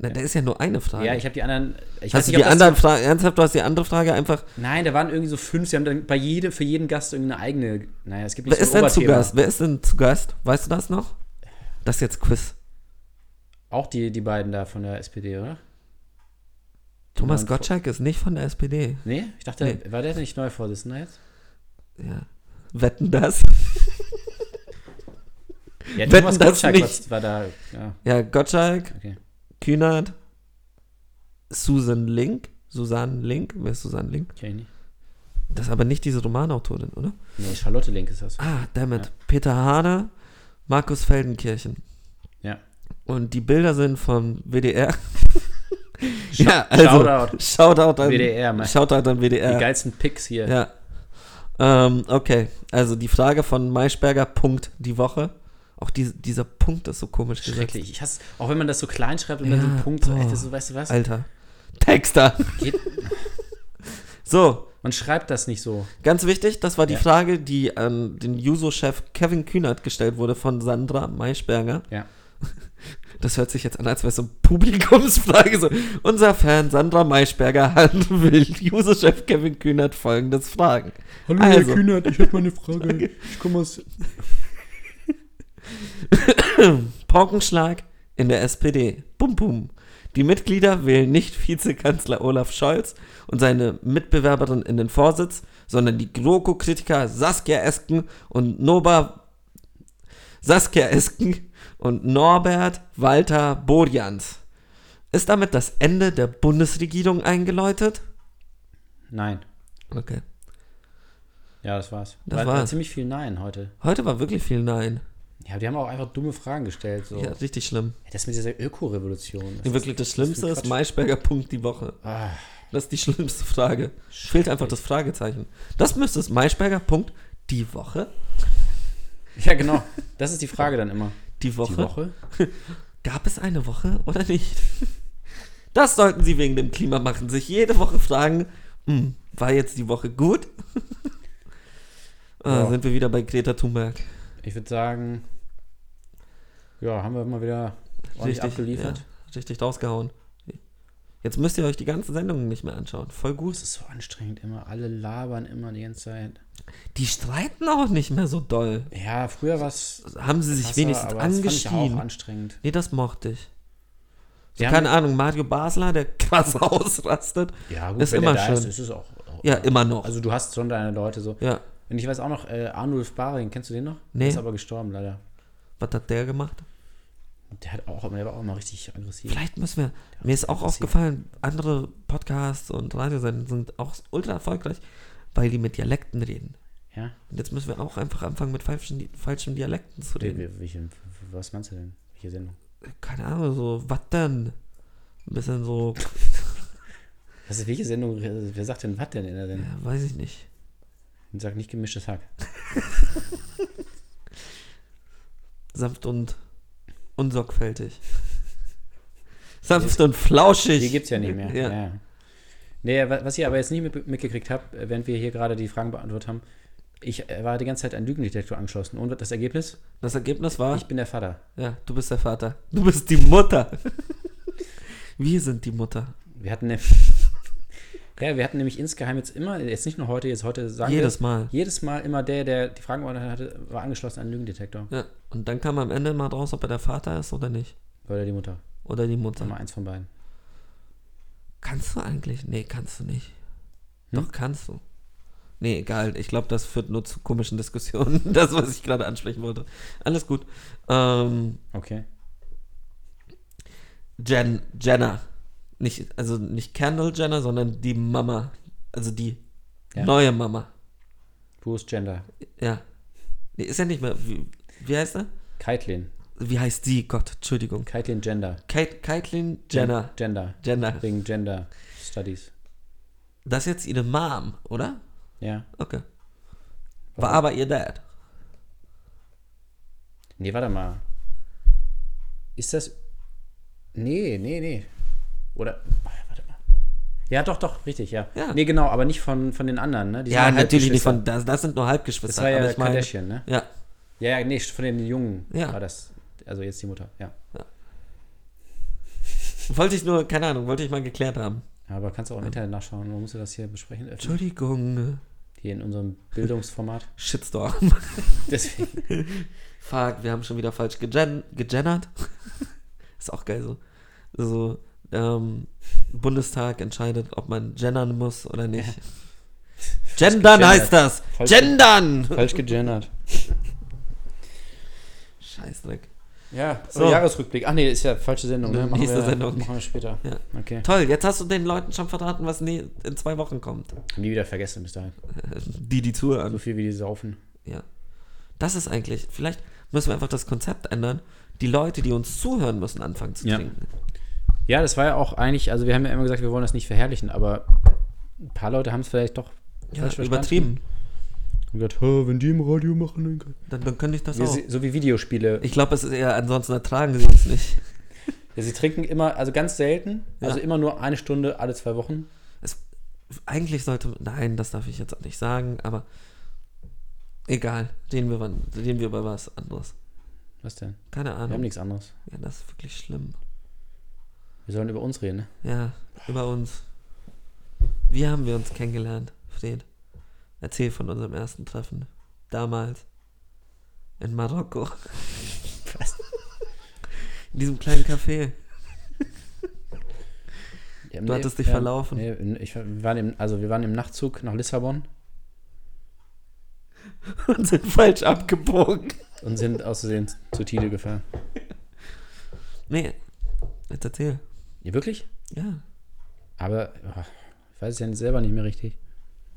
Na, da ist ja nur eine Frage. ja, ich habe die anderen. Ich hast weiß du nicht, die ob das- anderen Fragen, ernsthaft, du hast die andere Frage einfach, Nein, da waren irgendwie so fünf. Sie haben dann bei jedem, für jeden Gast irgendeine eigene. Naja, es gibt nicht Wer ist ein denn zu Oberthema. Gast? Wer ist denn zu Gast? Weißt du das noch? Das ist jetzt Quiz. Auch die, die beiden da von der SPD, oder? Thomas neuen Vor- Gottschalk ist nicht von der SPD. Nee, ich dachte, war der nicht neuer Vorsitzender jetzt? Ja. Wetten das? Ja, Wetten, das war, nicht. war da. Ja, Ja, Gottschalk, okay. Kühnert, Susan Link. Susanne Link. Wer ist Susanne Link? Kenn ich nicht. Das ist aber nicht diese Romanautorin, oder? Nee, Charlotte Link ist das. Ah, dammit. Ja. Peter Hahner, Markus Feldenkirchen. Ja. Und die Bilder sind vom WDR. ja, also. Shoutout. Shoutout an WDR, Mann. Shoutout an WDR. Die geilsten Picks hier. Ja. Ähm, okay, also die Frage von Maischberger, Punkt die Woche. Auch die, dieser Punkt ist so komisch gesetzt. Schrecklich. Ich hasse, auch wenn man das so klein schreibt und dann so Ja, einen Punkt, so, boah. Also- ey, das, ist- weißt du was? Alter. Texter. Geht, So, man schreibt das nicht so. ganz wichtig, das war die Ja. Frage, die an den Juso-Chef Kevin Kühnert gestellt wurde von Sandra Maischberger. Ja. Das hört sich jetzt an, als wäre es so eine Publikumsfrage. So, unser Fan Sandra Maischberger hat- will Juso-Chef Kevin Kühnert folgendes fragen. Hallo, Also. Herr Kühnert, ich hätte mal eine Frage. Ich komme aus Paukenschlag in der SPD. Bum, bum. Die Mitglieder wählen nicht Vizekanzler Olaf Scholz und seine Mitbewerberin in den Vorsitz, sondern die GroKo-Kritiker Saskia Esken und Noba Saskia Esken und Norbert Walter Borjans. Ist damit das Ende der Bundesregierung eingeläutet? Nein. Okay. Ja, das war's. Das war, war war's. ziemlich viel Nein heute. Heute war wirklich viel Nein. Ja, die haben auch einfach dumme Fragen gestellt. So. Ja, richtig schlimm. Das mit dieser Öko-Revolution. Ja, wirklich das ist ein Schlimmste ist Quatsch. Maischberger Punkt die Woche. Ah. Das ist die schlimmste Frage. Fehlt einfach das Fragezeichen. Das müsste es Maischberger Punkt die Woche. Ja, genau. Das ist die Frage dann immer. Die Woche. Die Woche? Gab es eine Woche oder nicht? Das sollten Sie wegen dem Klima machen. Sich jede Woche fragen, hm, war jetzt die Woche gut? ah, Ja. Sind wir wieder bei Greta Thunberg. Ich würde sagen, ja, haben wir mal wieder ordentlich abgeliefert. ja, richtig rausgehauen. Jetzt müsst ihr euch die ganzen Sendungen nicht mehr anschauen. Voll Das gut. ist so anstrengend immer. Alle labern immer die ganze Zeit. Die streiten auch nicht mehr so doll. Ja, früher war es. Haben sie sich wenigstens Das fand ich auch angestiegen. anstrengend. Nee, das mochte ich. So, Die haben- keine Ahnung, Mario Basler, der krass ausrastet. Ja, gut, Ist wenn immer der da ist, schön. ist es auch. auch Ja, immer noch. Also, du hast schon deine Leute so. ja, Und ich weiß auch noch, äh, Arnulf Baring, kennst du den noch? Nee. Der ist aber gestorben, leider. was hat der gemacht? Der, hat auch, der war auch mal richtig aggressiv. Vielleicht müssen wir. Mir ist auch aufgefallen, andere Podcasts und Radiosendungen sind auch ultra erfolgreich, weil die mit Dialekten reden. Ja? Und jetzt müssen wir auch einfach anfangen, mit falschen, falschen Dialekten zu Wie- reden. wie- Welche, was meinst du denn? Welche Sendung? Keine Ahnung, so, was denn? Ein bisschen so, Was ist, welche Sendung? äh, Wer sagt denn was denn in der Sendung? ja, äh, weiß ich nicht. Und sagt nicht gemischtes Hack. Sanft und unsorgfältig. Sanft und flauschig. Die gibt's ja nicht mehr. Ja. Ja. Nee, wa- was ich aber jetzt nicht mit, mitgekriegt habe, während wir hier gerade die Fragen beantwortet haben, ich äh, war die ganze Zeit an Lügendetektor angeschlossen. Und das Ergebnis? Das Ergebnis war, Ich bin der Vater. ja, du bist der Vater. Du bist die Mutter. Wir sind die Mutter. Wir hatten, ne ja, wir hatten nämlich insgeheim jetzt immer, jetzt nicht nur heute, jetzt heute sagen Jedes wir, Mal. jedes Mal immer der, der die Fragen beantwortet hatte, war angeschlossen an den Lügendetektor. Ja. Und dann kam am Ende mal raus, ob er der Vater ist oder nicht. Oder die Mutter. Oder die Mutter. Immer eins von beiden. Kannst du eigentlich? Nee, kannst du nicht. Hm? Doch, kannst du. Nee, egal. Ich glaube, das führt nur zu komischen Diskussionen. Das, was ich gerade ansprechen wollte. Alles gut. Ähm, Okay. Jen, Jenner. Nicht, also nicht Kendall Jenner, sondern die Mama. Also die Ja. neue Mama. Bruce Gender. Ja. Nee, ist ja nicht mehr. Wie, wie heißt er? Kaitlin. Wie heißt sie? Gott, Entschuldigung. Kaitlin Gender. Kate, Caitlyn Jenner. Gender. Jenner. Wegen Gender Studies. Das ist jetzt ihre Mom, oder? Ja. Okay. War aber ihr Dad. Nee, warte mal. Ist das. Nee, nee, nee. Oder. ah, Warte mal. Ja, doch, doch, richtig, ja. Ja. Nee, genau, aber nicht von, von den anderen, ne? Die Ja, sind halt natürlich nicht Geschwister. von. Das, das sind nur Halbgeschwister. Das war ja aber ich meine- Kardashian, ne? Ja. Ja, ja, nee, von den Jungen Ja. war das. Also jetzt die Mutter, ja. Wollte ich nur, keine Ahnung, wollte ich mal geklärt haben. Aber kannst du auch im Internet nachschauen, warum musst du das hier besprechen? Äh, Entschuldigung. Hier in unserem Bildungsformat. Shitstorm. Deswegen. Fuck, wir haben schon wieder falsch gegen gegennert. ist auch geil so. So, ähm, Bundestag entscheidet, ob man gendern muss oder nicht. Gendern gegendert. heißt das. Falsch ge- gendern! Falsch gegendert. Scheißdreck. Ja, So. so. Jahresrückblick. Ach nee, ist ja falsche Sendung. Ne? Machen Nächste wir, Sendung. Machen wir später. Ja. Okay. Toll, jetzt hast du den Leuten schon verraten, was ne- in zwei Wochen kommt. Haben die wieder vergessen bis dahin. Die die Tour an. So viel wie die saufen. Ja. Das ist eigentlich, vielleicht müssen wir einfach das Konzept ändern. Die Leute, die uns zuhören, müssen anfangen zu Ja. trinken. Ja, das war ja auch eigentlich, also wir haben ja immer gesagt, wir wollen das nicht verherrlichen, aber ein paar Leute haben es vielleicht doch Ja, falsch verstanden. übertrieben. Und gesagt, Ha, wenn die im Radio machen, dann kann Dann, dann könnte ich das wir, auch. so wie Videospiele. Ich glaube, es ist eher, ansonsten ertragen sie uns nicht. ja, sie trinken immer, also ganz selten, Ja. also immer nur eine Stunde alle zwei Wochen. Es, eigentlich sollte, nein, das darf ich jetzt auch nicht sagen, aber egal, reden wir, wann, reden wir über was anderes. Was denn? Keine Wir haben Ahnung. nichts anderes. Ja, das ist wirklich schlimm. Wir sollen über uns reden, ne? Ja, über uns. Wie haben wir uns kennengelernt, Fred? Erzähl von unserem ersten Treffen. Damals. In Marokko. In diesem kleinen Café. ne- Ja, Du hattest dich verlaufen. Nee, ich, war- wir waren im, also wir waren im Nachtzug nach Lissabon Und sind falsch abgebogen. und sind aus Versehen zu Tide gefahren. Nee, jetzt erzähl. Ja, wirklich? Ja. Aber ach, ich weiß es ja selber nicht mehr richtig.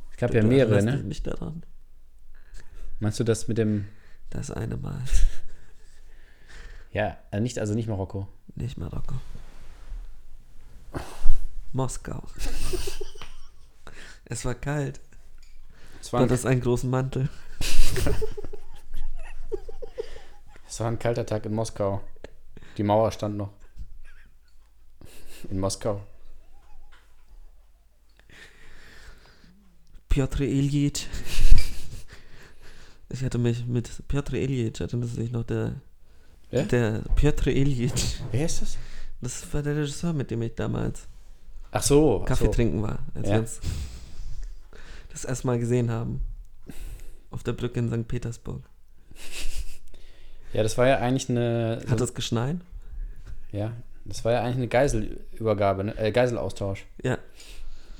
Es gab ja Du mehrere, erinnerst ne? dich Nicht daran. Meinst du das mit dem. Das eine Mal. Ja, also nicht, also nicht Marokko. Nicht Marokko. Moskau. es war kalt. Es Du war, ein, hattest einen großen Mantel. es war ein kalter Tag in Moskau. Die Mauer stand noch. In Moskau. Piotr Ilyich. Ich hatte mich mit Piotr Ilyich, erinnerst du dich noch, der, Ja? der Piotr Ilyich. Wer ist das? Das war der Regisseur, mit dem ich damals Ach so. Kaffee ach so. trinken war, als Ja. wir uns das erstmal gesehen haben. Auf der Brücke in St. Petersburg. Ja, das war ja eigentlich eine. Hat es geschneit? ja, das war ja eigentlich eine Geiselübergabe, ne? äh, Geiselaustausch. Ja.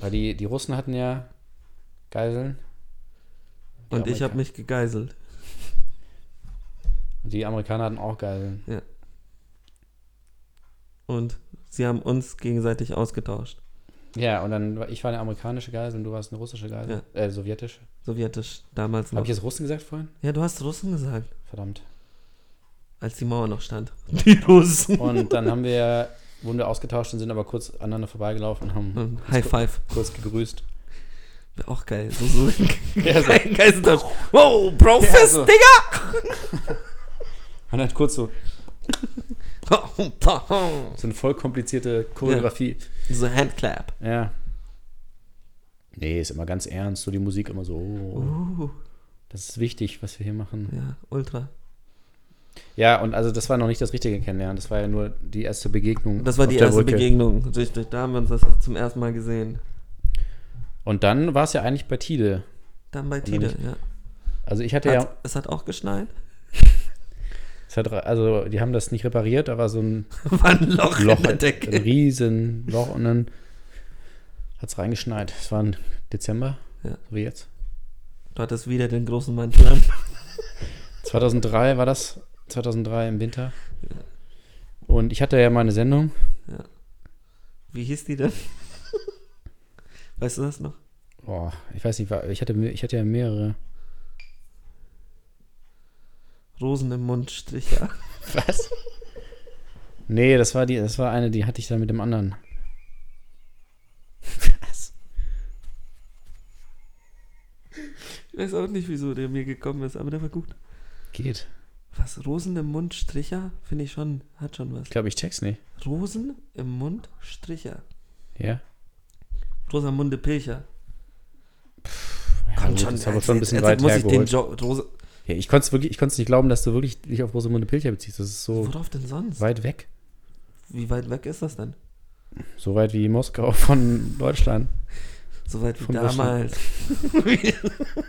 Weil die, die Russen hatten ja Geiseln Und ich Amerika- habe mich gegeißelt. und die Amerikaner hatten auch Geiseln. Und sie haben uns gegenseitig ausgetauscht. Ja, und dann, war- ich war eine amerikanische Geisel und du warst eine russische Geisel. Äh, sowjetische. Sowjetisch damals Habe noch. ich jetzt Russen gesagt vorhin? Ja, du hast Russen gesagt, Verdammt. als die Mauer noch stand. Die Russen. Und dann haben wir, wurden wir ausgetauscht und sind aber kurz aneinander vorbeigelaufen und haben Und High Five. kurz gegrüßt. Wäre auch geil. So, so. Ja, so. Geistentausch. Wow, Brofist, Ja, so. Und dann kurz so, Digga! so eine voll komplizierte Choreografie. so Handclap. Ja. Nee, ist immer ganz ernst, so die Musik immer so. Oh, Uh, das ist wichtig, was wir hier machen. ja, ultra. Ja, und also das war noch nicht das richtige Kennenlernen, das war ja nur die erste Begegnung. Das war auf die der erste Brücke. Begegnung. Richtig, da haben wir uns das zum ersten Mal gesehen. Und dann war es ja eigentlich bei Tide. Dann bei dann Tide, ja. Also ich hatte Hat, ja, Es hat auch geschneit. es hat, also die haben das nicht repariert, da war so ein War ein Loch, Loch, in der ein Decke. riesen Loch und dann hat es reingeschneit. Es war im Dezember, Ja. so wie jetzt. Du hattest wieder den großen Mantel an. 2003 war das, 2003 im Winter. Und ich hatte ja meine Sendung, Wie hieß die denn? Weißt du das noch? Boah, ich weiß nicht, war- ich hatte, ich hatte ja mehrere. Rosen im Mund, Stricher. Was? Nee, das war die, das war eine, die hatte ich dann mit dem anderen. Was? Ich weiß auch nicht, wieso der mir gekommen ist, aber der war gut. Geht. Was? Rosen im Mund, Stricher? Finde ich schon, hat schon was. Ich glaube, ich check's nicht. Rosen im Mund, Stricher. Ja. Rosamunde Pilcher. ja gut, das ist aber schon ein bisschen jetzt, weit jetzt muss ich den hergeholt. Ich, jo Rosa ja, ich konnte es nicht glauben, dass du wirklich dich auf Rosamunde Pilcher beziehst. Das ist so Worauf denn sonst? weit weg. Wie weit weg ist das denn? So weit wie Moskau von Deutschland. So weit wie Von damals.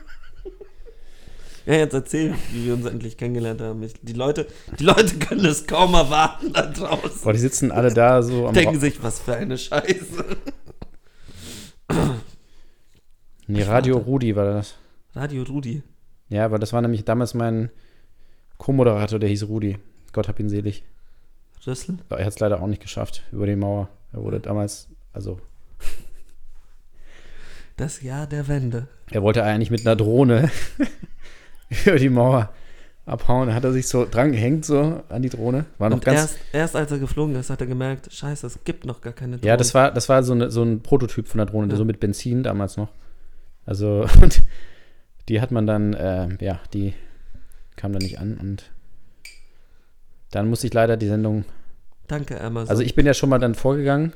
ja, jetzt erzähl, wie wir uns endlich kennengelernt haben. Ich, die, Leute, die Leute können es kaum erwarten da draußen. Boah, die sitzen alle da so am Denken Ra- sich, was für eine Scheiße. Nee, Radio Rudi war das. Radio Rudi. Ja, aber das war nämlich damals mein Co-Moderator, der hieß Rudi. Gott hab ihn selig. Rüssel? Aber Er hat es leider auch nicht geschafft über die Mauer. Er wurde damals, also Das Jahr der Wende. er wollte eigentlich mit einer Drohne über die Mauer abhauen. Da hat er sich so dran gehängt, so an die Drohne. War noch Und ganz. erst, erst als er geflogen ist, hat er gemerkt, scheiße, es gibt noch gar keine Drohne. ja, das war, das war so, eine, so ein Prototyp von der Drohne, der Ja. so mit Benzin damals noch. Also, und die hat man dann, äh, ja, die kam dann nicht an und dann musste ich leider die Sendung Danke, Amazon. Also ich bin ja schon mal dann vorgegangen.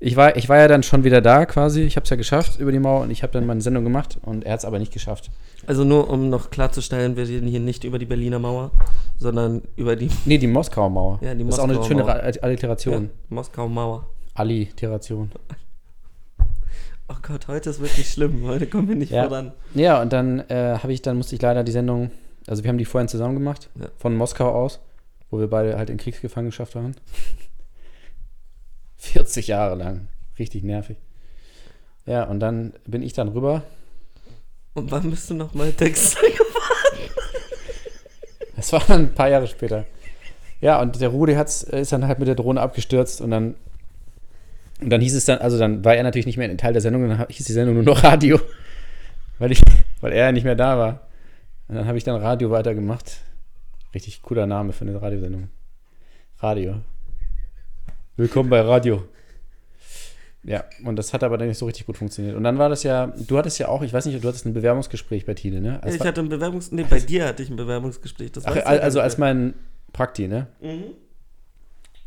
Ich war, ich war ja dann schon wieder da quasi. Ich habe es ja geschafft über die Mauer und ich habe dann meine Sendung gemacht und er hat es aber nicht geschafft. also nur um noch klarzustellen, wir reden hier nicht über die Berliner Mauer, sondern über die Nee, die Moskauer Mauer. Ja, die das ist auch eine Moskauer schöne Mauer. Ra- Alliteration. Moskauer Mauer. Alliteration. Oh Gott, heute ist wirklich schlimm. Heute kommen wir nicht Ja. voran. Ja, und dann äh, habe ich, dann musste ich leider die Sendung, also wir haben die vorhin zusammen gemacht, Ja. von Moskau aus, wo wir beide halt in Kriegsgefangenschaft waren. 40 Jahre lang. Richtig nervig. Ja, und dann bin ich dann rüber Und wann bist du nochmal Text? Das war dann ein paar Jahre später. Ja, und der Rudi hat's, ist dann halt mit der Drohne abgestürzt und dann, und dann hieß es dann, also dann war er natürlich nicht mehr ein Teil der Sendung, dann hieß die Sendung nur noch Radio, weil, ich, weil er ja nicht mehr da war. Und dann habe ich dann Radio weitergemacht. Richtig cooler Name für eine Radiosendung. Radio. Willkommen bei Radio. Ja, und das hat aber dann nicht so richtig gut funktioniert. Und dann war das ja, du hattest ja auch, ich weiß nicht, du hattest ein Bewerbungsgespräch bei Tide, ne? Als ich war- hatte ein Bewerbungs... Nee, bei dir hatte ich ein Bewerbungsgespräch. Das Ach, weißt du al- ja also gar als nicht mehr. mein Prakti, ne?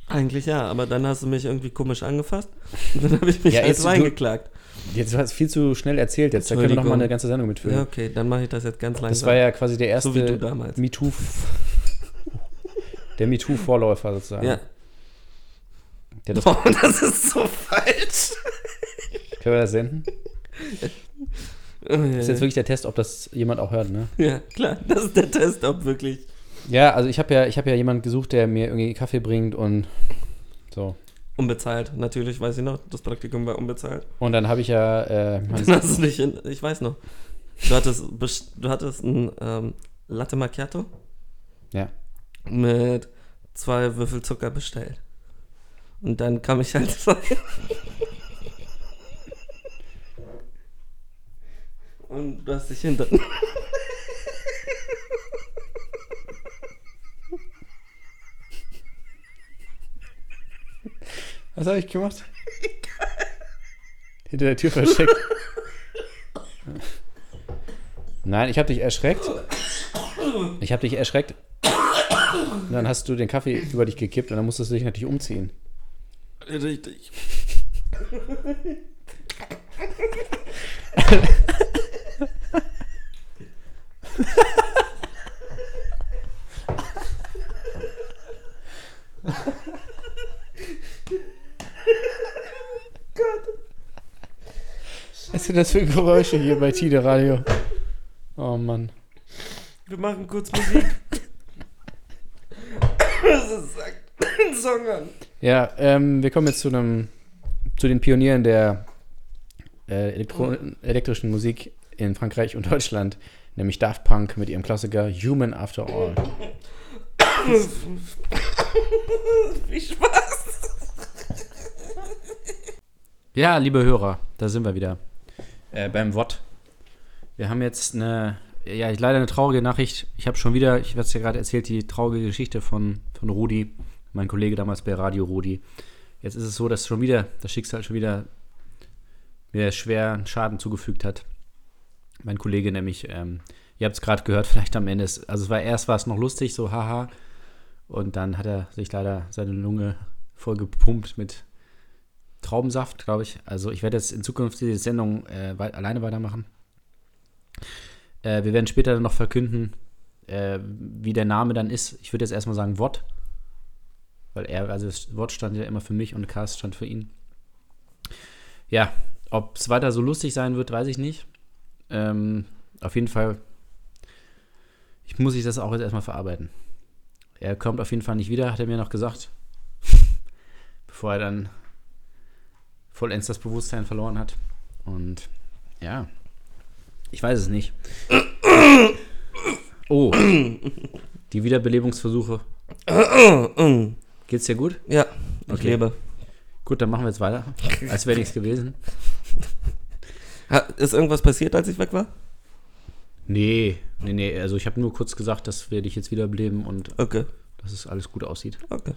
Eigentlich ja, aber dann hast du mich irgendwie komisch angefasst. Und dann habe ich mich Ja, als jetzt du- reingeklagt. Jetzt hast du viel zu schnell erzählt jetzt. Da können wir noch mal eine ganze Sendung mitführen. Ja, okay, dann mache ich das jetzt ganz langsam. das war ja quasi der erste so wie du damals. MeToo. Der MeToo-Vorläufer sozusagen. Ja. Der das, Boah, das ist so falsch. können wir das senden? Das ist jetzt ja, wirklich der Test, ob das jemand auch hört, ne? Oh, ja, klar, das ist der Test, ob wirklich... Ja, also ich habe ja, ich hab ja jemanden gesucht, der mir irgendwie Kaffee bringt und so. Unbezahlt, natürlich, weiß ich noch. Das Praktikum war unbezahlt. Und dann habe ich ja. Äh, mein- Dann hast du dich in, ich weiß noch. Du hattest, best- du hattest ein ähm, Latte Macchiato ja. mit zwei Würfel Zucker bestellt. Und dann kam ich halt rein. Und du hast dich hinter. Was habe ich gemacht? Hinter der Tür versteckt. Nein, ich habe dich erschreckt. Ich habe dich erschreckt. Und dann hast du den Kaffee über dich gekippt und dann musstest du dich natürlich umziehen. Richtig. Was sind das für Geräusche hier bei Tide Radio? Oh Mann. Wir machen kurz Musik. das ist ein Song an. Ja, ähm, wir kommen jetzt zu einem zu den Pionieren der äh, Elektro elektrischen Musik in Frankreich und Deutschland, nämlich Daft Punk mit ihrem Klassiker Human After All. Wie Spaß. Ja, liebe Hörer, da sind wir wieder äh, beim WOT. Wir haben jetzt eine, ja, ich- leider eine traurige Nachricht. Ich habe schon wieder, ich habe es ja gerade erzählt, die traurige Geschichte von, von Rudi, mein Kollege damals bei Radio Rudi. Jetzt ist es so, dass schon wieder das Schicksal schon wieder mir schweren Schaden zugefügt hat. Mein Kollege nämlich, ähm, ihr habt es gerade gehört, vielleicht am Ende ist, also es war erst war es noch lustig, so haha. Und dann hat er sich leider seine Lunge voll gepumpt mit Traubensaft, glaube ich. Also ich werde jetzt in Zukunft diese Sendung äh, wei alleine weitermachen. Äh, wir werden später dann noch verkünden, äh, wie der Name dann ist. Ich würde jetzt erstmal sagen Wort, weil er, also das Wort stand ja immer für mich und Cast stand für ihn. Ja, ob es weiter so lustig sein wird, weiß ich nicht. Ähm, auf jeden Fall, ich muss ich das auch jetzt erstmal verarbeiten. Er kommt auf jeden Fall nicht wieder, hat er mir noch gesagt, bevor er dann vollends das Bewusstsein verloren hat. Und ja, ich weiß es nicht. Oh, die Wiederbelebungsversuche. Geht's dir gut? Ja, ich Okay. lebe. Gut, dann machen wir jetzt weiter. Als wäre nichts gewesen. Ha, ist irgendwas passiert, als ich weg war? Nee, nee, nee. Also ich habe nur kurz gesagt, dass wir dich jetzt wiederbeleben und Okay, dass es alles gut aussieht. okay.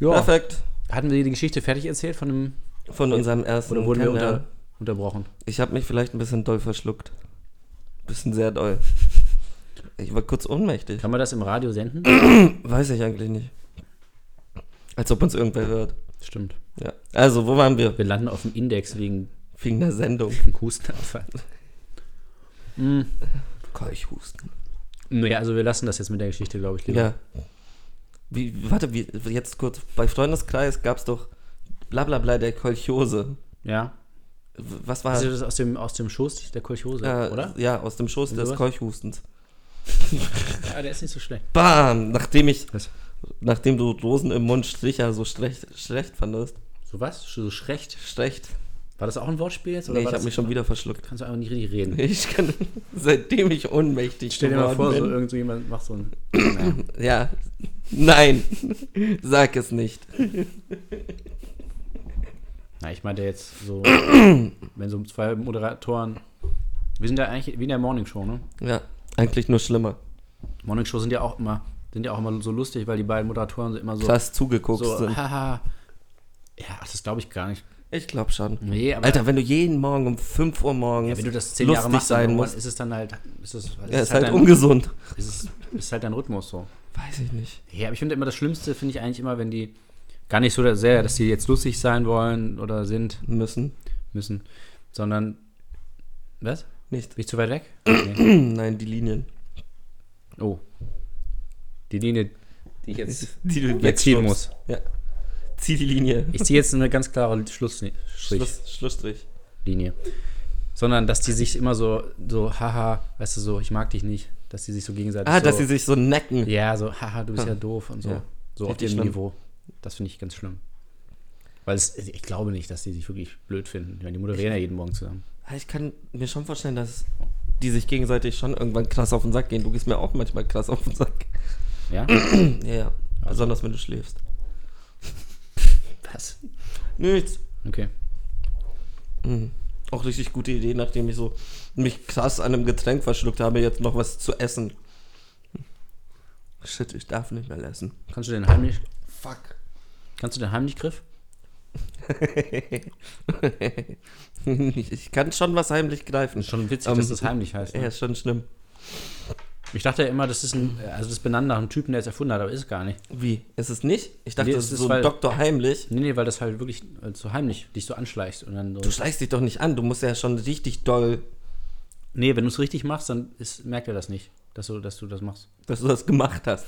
Ja, Perfekt. hatten wir die Geschichte fertig erzählt von dem Von unserem ersten oder wurden wir Kennenlernen. unter, unterbrochen? Ich habe mich vielleicht ein bisschen doll verschluckt. Bisschen sehr doll. Ich war kurz ohnmächtig. Kann man das im Radio senden? Weiß ich eigentlich nicht. Als ob uns irgendwer hört. Stimmt. Ja. Also, wo waren wir? Wir landen auf dem Index wegen Wegen der Sendung. dem Hustenanfall. mm. Keuchhusten. Naja, also wir lassen das jetzt mit der Geschichte, glaube ich, lieber. Ja. Wie, warte, wie, jetzt kurz. Bei Freundeskreis gab es doch blablabla der Kolchose. Ja. W- Was war Ist das aus dem, aus dem Schoß der Kolchose, äh, oder? Ja, aus dem Schoß Und des sowas? Keuchhustens. Ja, Ah, der ist nicht so schlecht. Bam! Nachdem ich, Was? nachdem du Rosen im Mund Stricher so schlecht, schlecht fandest. So was? So schlecht? Schlecht. War das auch ein Wortspiel jetzt? Oder Nee, ich war habe das- mich schon wieder verschluckt. Kannst du einfach nicht richtig reden. Ich kann, seitdem ich ohnmächtig Stell dir mal vor, so geworden irgend so jemand macht so ein. bin. Ja. Nein. Sag es nicht. Na, ich meinte jetzt so, wenn so zwei Moderatoren. Wir sind ja eigentlich wie in der Morning Show, ne? Ja. Eigentlich nur schlimmer. Morning Show sind ja auch immer, sind ja auch immer so lustig, weil die beiden Moderatoren sind immer so. Krass zugeguckt so sind. haha. Ja, ach, das glaube ich gar nicht. Ich glaube schon. Nee, aber- Alter, wenn du jeden Morgen um 5 Uhr morgens Ja, wenn du das zehn lustig Jahre machst, dann sein irgendwann musst, ist es dann halt. Ist es, ist ja, es ist halt dein- ungesund. Es ist, es ist halt dein Rhythmus so. Weiß ich nicht. Ja, aber ich finde immer das Schlimmste, finde ich eigentlich immer, wenn die gar nicht so sehr, dass die jetzt lustig sein wollen oder sind, Müssen. müssen, sondern. Was? Nicht. Bin ich zu weit weg? Okay. Nein, die Linien. Oh. Die Linie, die ich jetzt, Die du jetzt ziehen muss. wegschubst. Ja. Zieh die Linie. Ich ziehe jetzt eine ganz klare Schlussstrich. Schluss, Schlussstrich. Linie. Sondern, dass die sich immer so, so, haha, weißt du, so, ich mag dich nicht. Dass die sich so gegenseitig Ah, so, dass sie sich so necken. Also Ja, so, haha, du bist ja doof und so. Ja. So auf Richtig dem schlimm. Niveau. Das finde ich ganz schlimm. Weil es, ich glaube nicht, dass die sich wirklich blöd finden. Ich meine, die moderieren ja jeden Morgen zusammen. Ah, Ich kann mir schon vorstellen, dass die sich gegenseitig schon irgendwann krass auf den Sack gehen. Du gehst mir auch manchmal krass auf den Sack. Ja? Ja, ja. Besonders wenn du schläfst. Was? Nichts. Hm. Okay. Auch richtig gute Idee, nachdem ich so mich krass an einem Getränk verschluckt habe, jetzt noch was zu essen. Shit, ich darf nicht mehr essen. Kannst du den heimlich, Fuck. kannst du den heimlich Griff? ich kann schon was heimlich greifen. Ist schon witzig, Ähm, dass das heimlich heißt. Ne? Ja, ist schon schlimm. Ich dachte ja immer, das ist ein, also das ist benannt nach einem Typen, der es erfunden hat, aber ist gar nicht. Wie? Ist es nicht? Ich dachte, Nee, das es ist ist, so ein weil- Doktor heimlich. Nee, nee, weil das halt wirklich äh, so heimlich dich so anschleichst und dann Du so. schleichst dich doch nicht an, du musst ja schon richtig doll, Nee, wenn du es richtig machst, dann ist, merkt er das nicht, dass du, dass du das machst. dass du das gemacht hast.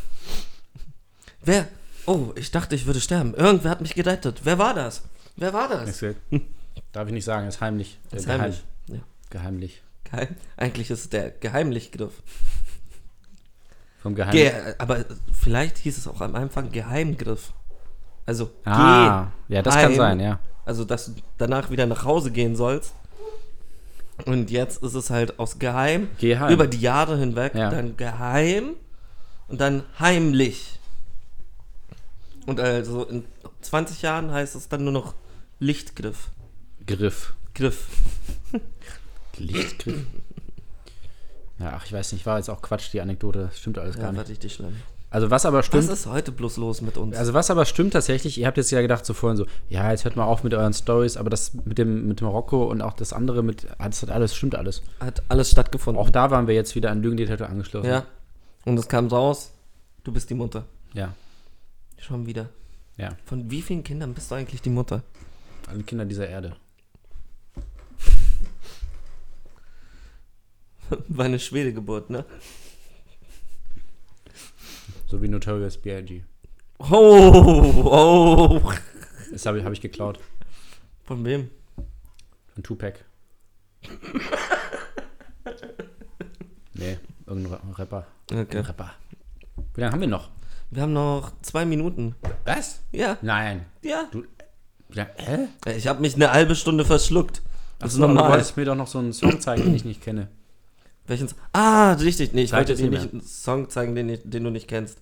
Wer? Oh, ich dachte, ich würde sterben. Irgendwer hat mich gerettet. Wer war das? Wer war das? Darf ich nicht sagen, ist heimlich. Äh, Ist geheim. heimlich. Ja. Geheimlich. Geheim. Eigentlich ist es der Geheimlichgriff. Vom Geheim. Ge aber vielleicht hieß es auch am Anfang Geheimgriff. Also ah, ja, das kann geheim. sein, ja. Also, dass du danach wieder nach Hause gehen sollst. Und jetzt ist es halt aus geheim, Geheim. über die Jahre hinweg, Ja. dann geheim und dann heimlich. Und also in 20 Jahren heißt es dann nur noch Lichtgriff. Griff. Griff. Lichtgriff. Ja, ach, ich weiß nicht, war jetzt auch Quatsch, die Anekdote. Das Stimmt alles Ja, gar war nicht. richtig schlimm. Also, was aber Was stimmt, ist heute bloß los mit uns? Also was aber stimmt tatsächlich, ihr habt jetzt ja gedacht so vorhin so, ja, jetzt hört mal auf mit euren Stories, aber das mit dem mit Marokko und auch das andere mit, ah, das hat alles, stimmt alles. Hat alles stattgefunden. Auch da waren wir jetzt wieder an Lügendetektor angeschlossen. ja. Und es kam raus, du bist die Mutter. Ja. Schon wieder. Ja. Von wie vielen Kindern bist du eigentlich die Mutter? Alle Kinder dieser Erde. War eine schwere Geburt, ne? So wie Notorious B.I.G. Oh, oh. Das habe ich, hab ich geklaut. Von wem? Von Tupac. nee, irgendein Ra- Rapper. Okay. Rapper. Wie lange haben wir noch? Wir haben noch zwei Minuten. Was? Ja, Nein. ja. Äh, Du- Wie lang- hä? Ich habe mich eine halbe Stunde verschluckt. Das Ach ist so, aber Du normal. wolltest mir doch noch so einen Song zeigen, den ich nicht kenne. Welchen? S- Ah, richtig. Nee, ich Zeig wollte es dir nicht mehr. nicht einen Song zeigen, den, ich, den du nicht kennst.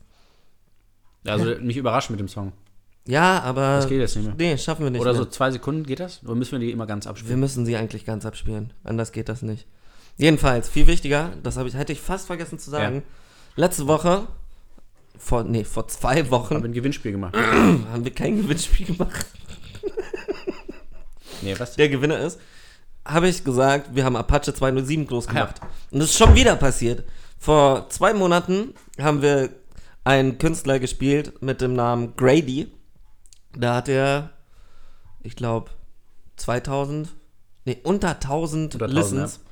Also mich überrascht mit dem Song. Ja, aber. Das geht jetzt nicht mehr. Nee, schaffen wir nicht. Oder mehr. so zwei Sekunden geht das? Oder müssen wir die immer ganz Wir abspielen? müssen sie eigentlich ganz abspielen. Anders geht das nicht. Jedenfalls, viel wichtiger, das habe ich, hätte ich fast vergessen zu sagen. Ja. Letzte Woche, vor, nee, vor zwei Haben wir Wochen, ein Gewinnspiel gemacht. Ah. haben wir kein Gewinnspiel gemacht. Nee, was? der Gewinner ist, habe ich gesagt, wir haben Apache 207 groß Ah, ja. gemacht. Und das ist schon wieder passiert. Vor zwei Monaten haben wir einen Künstler gespielt mit dem Namen Grady. Da hat er, ich glaube, 2000, nee, unter 1000 Unter 1000, Listens.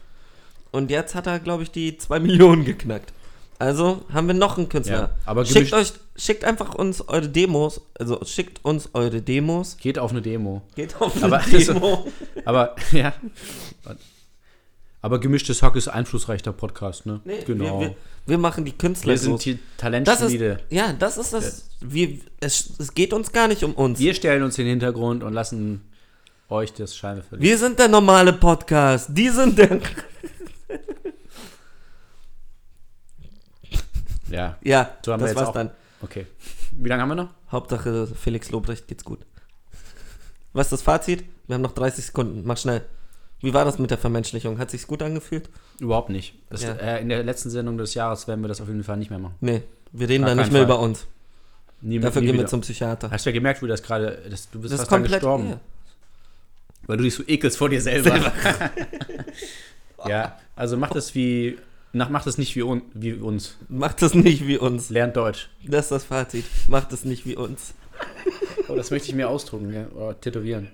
Und jetzt hat er, glaube ich, die 2 Millionen geknackt. Also haben wir noch einen Künstler. Ja, aber schickt, gemischt- euch, schickt einfach uns eure Demos, also schickt uns eure Demos. Geht auf eine Demo. Geht auf Aber- eine Demo. Aber, ja. Aber gemischtes Hack ist einflussreicher Podcast, ne? Nee, genau. Wir, wir, Wir, wir machen die Künstler sind groß. die das ist, Talentschmiede. Ja, das ist das. Wir, es, es geht uns gar nicht um uns. Wir, Wir stellen uns in den Hintergrund und lassen euch das Scheinwerfer. sind der normale Podcast. Die sind der. Ja. Ja, So haben wir das jetzt war's auch- dann. Okay. Wie lange haben wir noch? Hauptsache Felix Lobrecht geht's gut. Was ist das Fazit? Wir haben noch 30 Sekunden. Mach schnell. Wie war das mit der Vermenschlichung? Hat sich's gut angefühlt? Überhaupt nicht. Das, Ja. äh, in der letzten Sendung des Jahres werden wir das auf jeden Fall nicht mehr machen. Nee, wir reden Gar da nicht keinen mehr Fall. über uns. Nie, Dafür nie gehen wir wieder. zum Psychiater. Hast du ja gemerkt, wie das gerade, dass du bist Das ist fast dran komplett. gestorben. Ja. Weil du dich so ekelst vor dir selber. ja, also macht es wie, nach, macht es nicht wie, un, wie uns. Macht das nicht wie uns. Lernt Deutsch. Das ist das Fazit. Macht das nicht wie uns. Oh, das möchte ich mir ausdrucken ja, oder tätowieren.